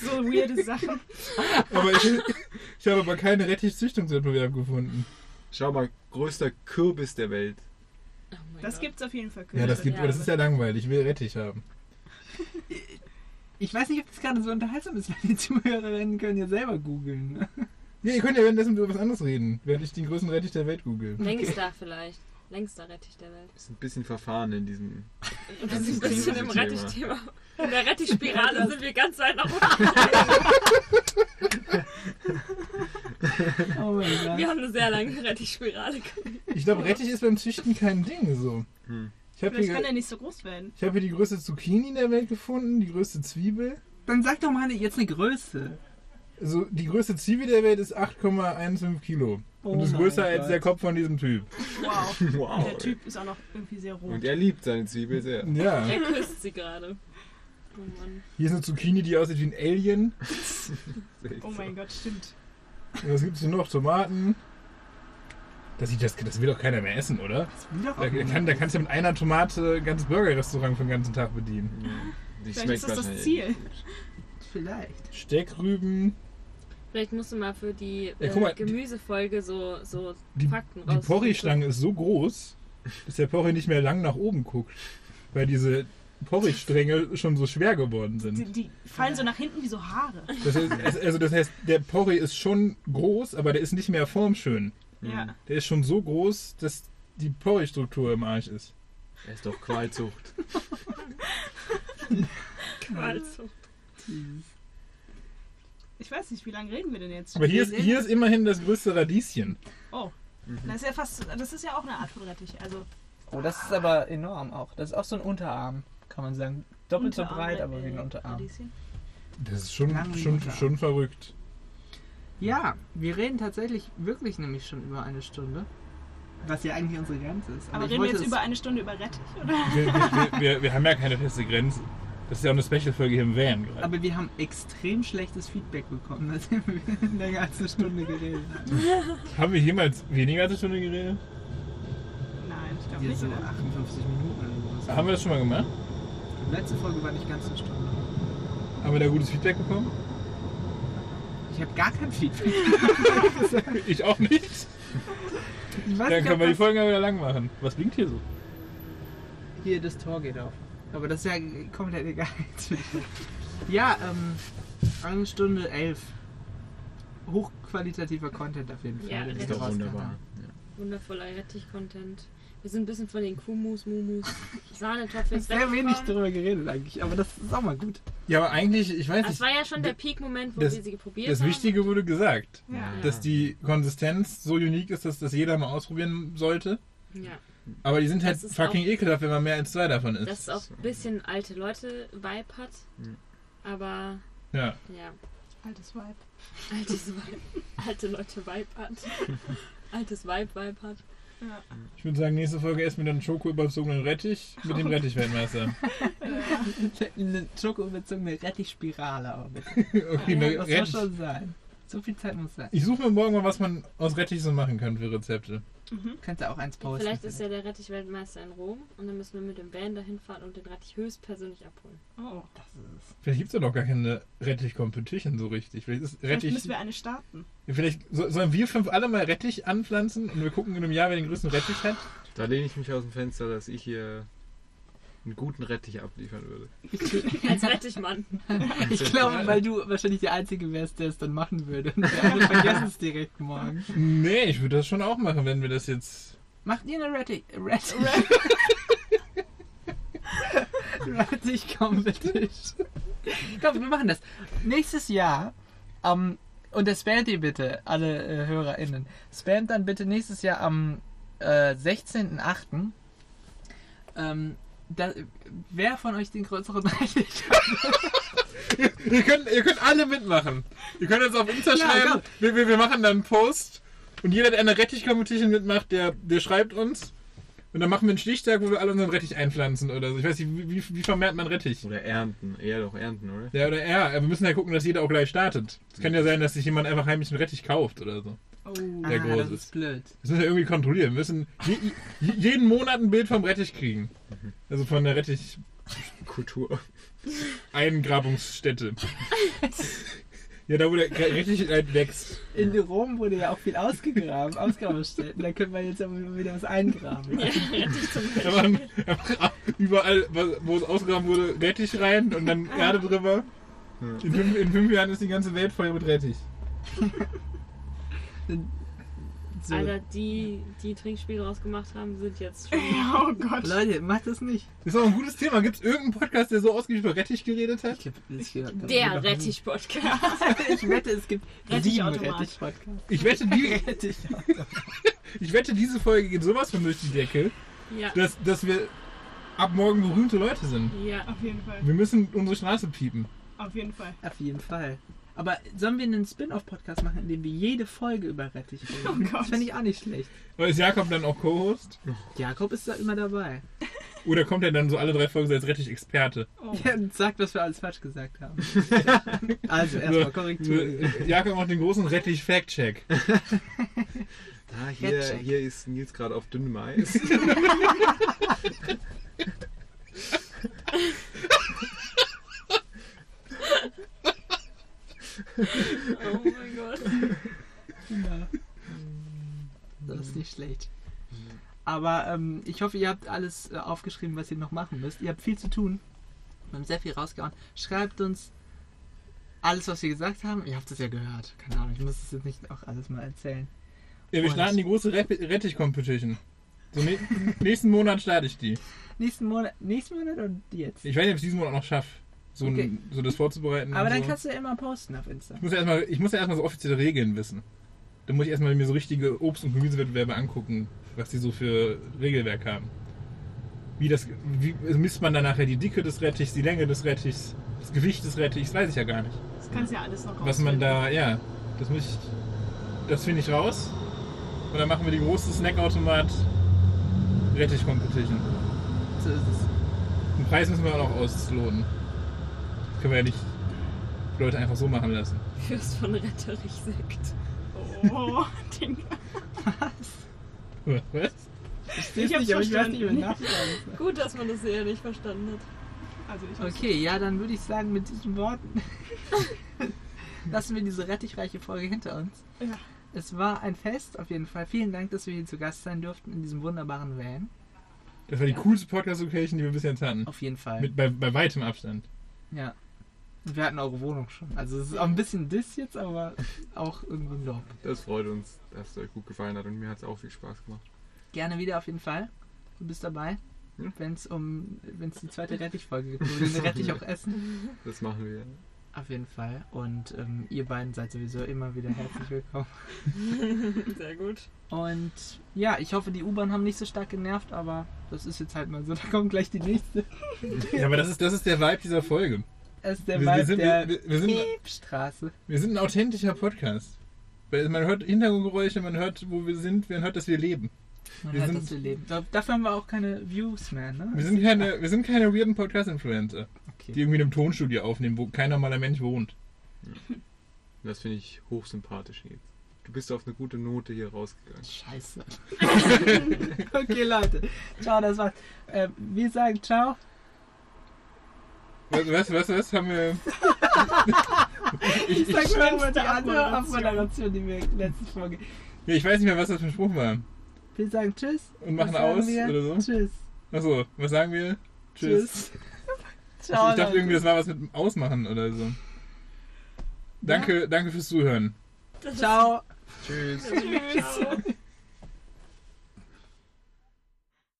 S5: so weirde Sachen.
S4: Aber ich, ich habe aber keinen Rettich-Züchtungswettbewerb gefunden.
S6: Schau mal, größter Kürbis der Welt.
S2: Oh mein
S5: Das
S2: Gott.
S5: gibt's auf jeden Fall
S4: Ja, das, gibt,
S2: Ja,
S4: aber das ist ja langweilig. Ich will Rettich haben.
S1: Ich weiß nicht, ob das gerade so unterhaltsam ist, weil die Zuhörerinnen können ja selber googeln. ne?
S4: Ja, ihr könnt ja währenddessen über was anderes reden, während ich den größten Rettich der Welt google.
S2: Längster vielleicht. Längster Rettich der Welt.
S6: Ist ein bisschen verfahren in diesem.
S2: Das ist ein bisschen im
S6: Thema.
S2: Rettich-Thema. In der Rettich-Spirale sind wir ganz weit nach oben.
S1: Oh mein Gott.
S2: Wir haben eine sehr lange Rettich-Spirale. gemacht.
S4: Ich glaube, Rettich ist beim Züchten kein Ding so.
S6: Hm.
S4: Ich habe
S5: Vielleicht
S4: hier,
S5: kann er nicht so groß werden.
S4: ich hab hier die größte Zucchini in der Welt gefunden, die größte Zwiebel.
S1: Dann sag doch mal eine- jetzt eine Größe.
S4: Also die größte Zwiebel der Welt ist 8,15 Kilo. und
S1: Oh
S4: ist
S1: mein
S4: größer als
S1: Gott.
S4: der Kopf von diesem Typ.
S5: Wow.
S6: Wow.
S5: Der Typ Oh ist auch noch irgendwie sehr rot.
S6: Und er liebt seine Zwiebel sehr.
S4: Ja.
S2: Er küsst sie gerade. Oh Mann.
S4: Hier ist eine Zucchini, die aussieht wie ein Alien.
S5: oh mein Gott, stimmt.
S4: Und was gibt's denn noch? Tomaten. Das, sieht, das, das will doch keiner mehr essen, oder?
S1: Das will doch
S4: Da,
S1: auch
S4: da,
S1: keiner.
S4: kann, da kannst du mit einer Tomate ein ganzes Burgerrestaurant für den ganzen Tag bedienen.
S6: Mhm. Die
S5: Vielleicht ist das das Ziel.
S1: Vielleicht.
S4: Steckrüben.
S2: Vielleicht musst du mal für die
S4: Ja,
S2: äh,
S4: guck mal, die-
S2: Gemüsefolge so, so
S4: Die,
S2: Fakten
S4: die
S2: raus.
S4: Porridge-Stange ist so groß, dass der Porridge nicht mehr lang nach oben guckt, weil diese Porridge-Stränge schon so schwer geworden
S5: Die,
S4: sind.
S5: die fallen so nach hinten wie so Haare.
S4: Das heißt, es- also das heißt, der Porridge ist schon groß, aber der ist nicht mehr formschön.
S5: Ja.
S4: Der ist schon so groß, dass die Porridge-Struktur im Arsch ist.
S6: Er ist doch Qualzucht.
S2: Also,
S5: Ich weiß nicht, wie lange reden wir denn jetzt?
S4: Aber hier ist, hier ist immerhin das größte Radieschen.
S5: Oh. Das ist ja fast. Das ist ja auch eine Art von Rettich. Also.
S1: Oh, das ist aber enorm auch. Das ist auch so ein Unterarm.
S13: kann man sagen, doppelt so
S5: Unterarme,
S13: breit, aber wie ein
S5: äh,
S13: Unterarm.
S5: Radieschen.
S4: Das ist schon,
S1: Lange
S4: schon,
S1: Jahre.
S4: schon verrückt.
S1: Ja,
S13: Wir reden tatsächlich wirklich nämlich schon über eine Stunde.
S1: was ja eigentlich unsere Grenze ist.
S5: Aber
S1: ich
S5: reden wir
S1: wollte
S5: jetzt
S1: es-
S5: über eine Stunde über Rettich, oder?
S4: Wir, wir, wir, wir haben ja keine feste Grenze. Das ist ja auch eine Special-Folge hier im Van gerade.
S1: Aber wir haben extrem schlechtes Feedback bekommen, nachdem wir länger als eine Stunde geredet haben.
S4: Haben wir jemals weniger als eine Stunde geredet?
S5: Nein, ich glaube
S1: Wir
S5: nicht.
S1: so
S5: Oder?
S1: 58 Minuten oder sowas.
S4: Haben wir das schon mal gemacht?
S1: Die letzte Folge war nicht ganz eine Stunde.
S4: Haben wir da gutes Feedback bekommen?
S1: Ich habe gar kein Feedback.
S4: Ich auch nicht.
S1: Ich weiß
S4: Dann
S1: nicht,
S4: können wir
S1: ob
S4: die Folgen ja wieder lang machen. Was blinkt hier so?
S1: das- Hier, das Tor geht auf. Aber das ist ja komplett egal. ja, ähm, eine Stunde elf. Hochqualitativer Content auf jeden Fall.
S2: Ja,
S1: den
S2: das
S1: wir
S6: Ist doch
S1: rauskam.
S6: wunderbar.
S2: Wundervoller Rettich-Content. Wir sind ein bisschen von den Kumus, Mumus, Sahnetoppeln.
S1: Sehr wenig drüber geredet eigentlich, aber das ist auch mal gut.
S4: Ja, aber eigentlich, ich weiß
S2: Das war ja schon der Peak-Moment, wo
S4: Das-
S2: wir sie probiert
S4: Das
S2: haben.
S4: Wichtige wurde gesagt.
S5: Ja.
S4: Dass die Konsistenz so unique ist, dass das jeder mal ausprobieren sollte.
S2: Ja.
S4: Aber die sind halt
S2: Das ist
S4: fucking ekelhaft, wenn man mehr als zwei davon ist.
S2: Dass es auch ein bisschen alte Leute-Vibe hat. Aber
S4: ja.
S2: ja,
S5: Altes Weib.
S2: altes Vibe. alte Leute-Vibe hat. Altes Vibe-Vibe hat.
S4: Ich würde sagen, nächste Folge essen wir dann Schoko überzogenen Rettich mit dem Rettich-Weltmeister.
S1: Eine schokoüberzogene Rettichspirale, aber bitte.
S4: Okay,
S1: Ja,
S4: ne,
S1: das
S4: Rettich.
S1: soll schon sein. So viel Zeit muss sein.
S4: Ich suche mir morgen mal, was man aus Rettich so machen kann für Rezepte.
S5: Mhm.
S1: Könnt ihr auch eins posten.
S2: Vielleicht ist ja der Rettich-Weltmeister in Rom und dann müssen wir mit dem Van dahin fahren und den Rettich höchstpersönlich abholen.
S5: Oh.
S4: Vielleicht gibt es ja noch gar keine Rettich-Competition so richtig. Vielleicht ist
S5: Vielleicht
S4: Rettich.
S5: müssen wir eine starten.
S4: Vielleicht so- sollen wir fünf alle mal Rettich anpflanzen und wir gucken in einem Jahr, wer den größten Rettich hat.
S6: Da lehne ich mich aus dem Fenster, dass ich hier einen guten Rettich abliefern würde.
S2: Als Rettichmann.
S1: ich glaube, weil du wahrscheinlich der Einzige wärst, der es dann machen würde. Und der andere vergessen es direkt morgen.
S4: Nee, ich würde das schon auch machen, wenn wir das jetzt.
S1: Macht ihr eine Rettich... Rettich... Rettich Competition.
S13: Komm, wir machen das. Nächstes Jahr, am- und das spammt ihr bitte, alle äh, HörerInnen. Spammt dann bitte nächstes Jahr am äh, 16.08. Ähm, da, wer von euch den größeren Rettich
S4: Ihr könnt, ihr könnt alle mitmachen. Ihr könnt uns auf Insta
S1: Ja,
S4: schreiben.
S1: komm.
S4: Wir, wir, wir machen dann einen Post. Und jeder, der eine Rettich-Competition mitmacht, der, der schreibt uns. Und dann machen wir einen Stichtag, wo wir alle unseren Rettich einpflanzen oder so. Ich weiß nicht, wie, wie, wie vermehrt man Rettich?
S6: Oder ernten. Eher doch ernten, oder?
S4: Ja, oder er. Wir müssen ja gucken, dass jeder auch gleich startet. Es kann ja sein, dass sich jemand einfach heimlich einen Rettich kauft oder so.
S5: Oh.
S4: Der
S1: ah, das
S4: Große.
S1: ist blöd.
S4: Das müssen wir irgendwie kontrollieren. Wir müssen je, je, jeden Monat ein Bild vom Rettich kriegen. Also von der
S6: Kultur.
S4: Rettich-Eingrabungsstätte. ja, da wo der Re- Rettich halt wächst.
S1: In Rom wurde ja auch viel ausgegraben, Ausgrabungsstätten. Da können wir jetzt aber wieder was eingraben.
S4: Da waren einfach überall, was- wo es ausgraben wurde, Rettich rein und dann Erde drüber. In fünf, in fünf Jahren ist die ganze Welt voll mit Rettich.
S1: So.
S2: Alter, die, die Trinkspiele draus gemacht haben, sind jetzt schon.
S5: oh Gott.
S1: Leute, macht das nicht.
S4: Ist auch ein gutes Thema. Gibt es irgendeinen Podcast, der so ausgiebig über Rettich geredet hat?
S1: Ich hab das gehört.
S2: Der Rettich-Podcast.
S1: Ich wette, es gibt
S5: Rettich
S1: sieben
S5: Automat.
S1: Rettich-Podcasts.
S4: Ich wette, die,
S1: Rettich.
S4: ich wette, diese Folge geht sowas von durch die Decke,
S2: Ja.
S4: dass, dass wir ab morgen berühmte Leute sind.
S2: Ja.
S5: Auf jeden Fall.
S4: Wir müssen unsere Straße piepen.
S5: Auf jeden Fall.
S1: Auf jeden Fall. Aber sollen wir einen Spin-off-Podcast machen, in dem wir jede Folge über Rettich reden?
S5: Oh Gott.
S1: Das fände ich auch nicht schlecht.
S4: Aber ist Jakob dann auch Co-Host?
S1: Jakob ist da immer dabei.
S4: Oder kommt er dann so alle drei Folgen so als Rettich-Experte?
S5: Oh.
S1: Der sagt, was wir alles falsch gesagt haben. Also, erstmal Korrektur.
S4: So, Jakob macht den großen Rettich-Fact-Check.
S6: Ah, hier,
S1: Fact-check.
S6: hier ist Nils gerade auf dünnem Eis.
S2: Oh mein Gott.
S1: Das ist nicht schlecht. Aber ähm, ich hoffe, ihr habt alles äh, aufgeschrieben, was ihr noch machen müsst. Ihr habt viel zu tun. Wir haben sehr viel rausgehauen. Schreibt uns alles, was wir gesagt haben. Ihr habt es ja gehört. Keine Ahnung, ich muss es jetzt nicht auch alles mal erzählen.
S4: Ja, wir
S1: Und-
S4: starten die große Rep- Rettich-Competition. So, ne nächsten Monat starte ich die.
S1: Nächsten Monat, nächsten Monat und jetzt.
S4: Ich weiß nicht, ob ich diesen Monat noch schaffe, so,
S1: Okay.
S4: ein- so das vorzubereiten.
S1: Aber
S4: und
S1: dann
S4: so.
S1: kannst du ja immer posten auf Insta.
S4: Ich muss ja erstmal, ich muss ja erstmal so offizielle Regeln wissen. Dann muss ich erstmal mir so richtige Obst- und Gemüsewettbewerbe angucken, was die so für Regelwerk haben. Wie das, wie misst man dann nachher die Dicke des Rettichs, die Länge des Rettichs, das Gewicht des Rettichs, weiß ich ja gar nicht.
S5: Das kannst ja alles noch
S4: Was man da, ja, das muss ich, das finde ich raus. Und dann machen wir die große Snackautomat Rettich Competition.
S1: So ist es.
S4: Den Preis müssen wir auch noch ausloten. Das können wir ja nicht Leute einfach so machen lassen.
S2: Fürst von Retterich-Sekt.
S5: Oh, Ding.
S4: Was?
S5: Ich hab's verstanden.
S2: Gut, dass man das eher nicht verstanden hat.
S5: Also ich hab's-
S1: Okay, ja, dann würde ich sagen, mit diesen Worten lassen wir diese rettichreiche Folge hinter uns.
S5: Ja.
S1: Es war ein Fest, auf jeden Fall. Vielen Dank, dass wir hier zu Gast sein durften in diesem wunderbaren Van.
S4: Das war die coolste Podcast-Location, die wir bis jetzt hatten.
S1: Auf jeden Fall.
S4: Mit, bei, bei weitem Abstand.
S1: ja. Und wir hatten eure Wohnung schon. Also es ist auch ein bisschen Diss jetzt, aber auch irgendwie ein Lob.
S6: Das freut uns, dass es euch gut gefallen hat und mir hat es auch viel Spaß gemacht.
S1: Gerne wieder auf jeden Fall. Du bist dabei.
S6: Hm?
S1: Wenn es um, wenn es die zweite Rettichfolge gibt, wo wir den Rettich auch essen.
S6: Das machen wir.
S1: Auf jeden Fall. Und ähm, ihr beiden seid sowieso immer wieder herzlich willkommen.
S2: Sehr gut.
S1: Und ja, ich hoffe, die U-Bahn haben nicht so stark genervt, aber das ist jetzt halt mal so. Da kommt gleich die nächste.
S4: Ja, aber das ist, das ist der Vibe dieser Folge.
S1: Das ist der
S4: wir,
S1: Vibe
S4: wir, sind,
S1: der
S4: wir, wir, sind,
S1: Piepstraße.
S4: wir sind ein authentischer Podcast. Weil man hört Hintergrundgeräusche, man hört, wo wir sind, man hört, dass wir leben.
S1: Man
S4: Wir
S1: hört,
S4: sind-
S1: dass wir leben. Da, dafür haben wir auch keine Views mehr, ne?
S4: Wir sind keine, wir sind keine weirden Podcast-Influencer,
S1: Okay.
S4: die irgendwie in einem Tonstudio aufnehmen, wo kein normaler Mensch wohnt.
S6: Und das finde ich hochsympathisch hier. Du bist auf eine gute Note hier rausgegangen.
S1: Scheiße. okay, Leute. Ciao, das war's. Ähm, wir sagen ciao.
S4: Was, was, was, was haben wir.
S1: Ich, sag mal die andere
S5: Abmoderation.
S1: Abmoderation, die wir letzte Folge.
S4: Ja, ich weiß nicht mehr, was das für ein Spruch war.
S1: Wir sagen tschüss.
S4: Und machen
S1: Was sagen
S4: aus
S1: wir?
S4: oder so.
S1: Tschüss.
S4: Achso, was sagen wir?
S1: Tschüss.
S4: Also Ich dachte irgendwie, das war was mit dem Ausmachen oder so. Danke, danke fürs Zuhören.
S1: Ciao.
S6: Tschüss.
S2: Tschüss.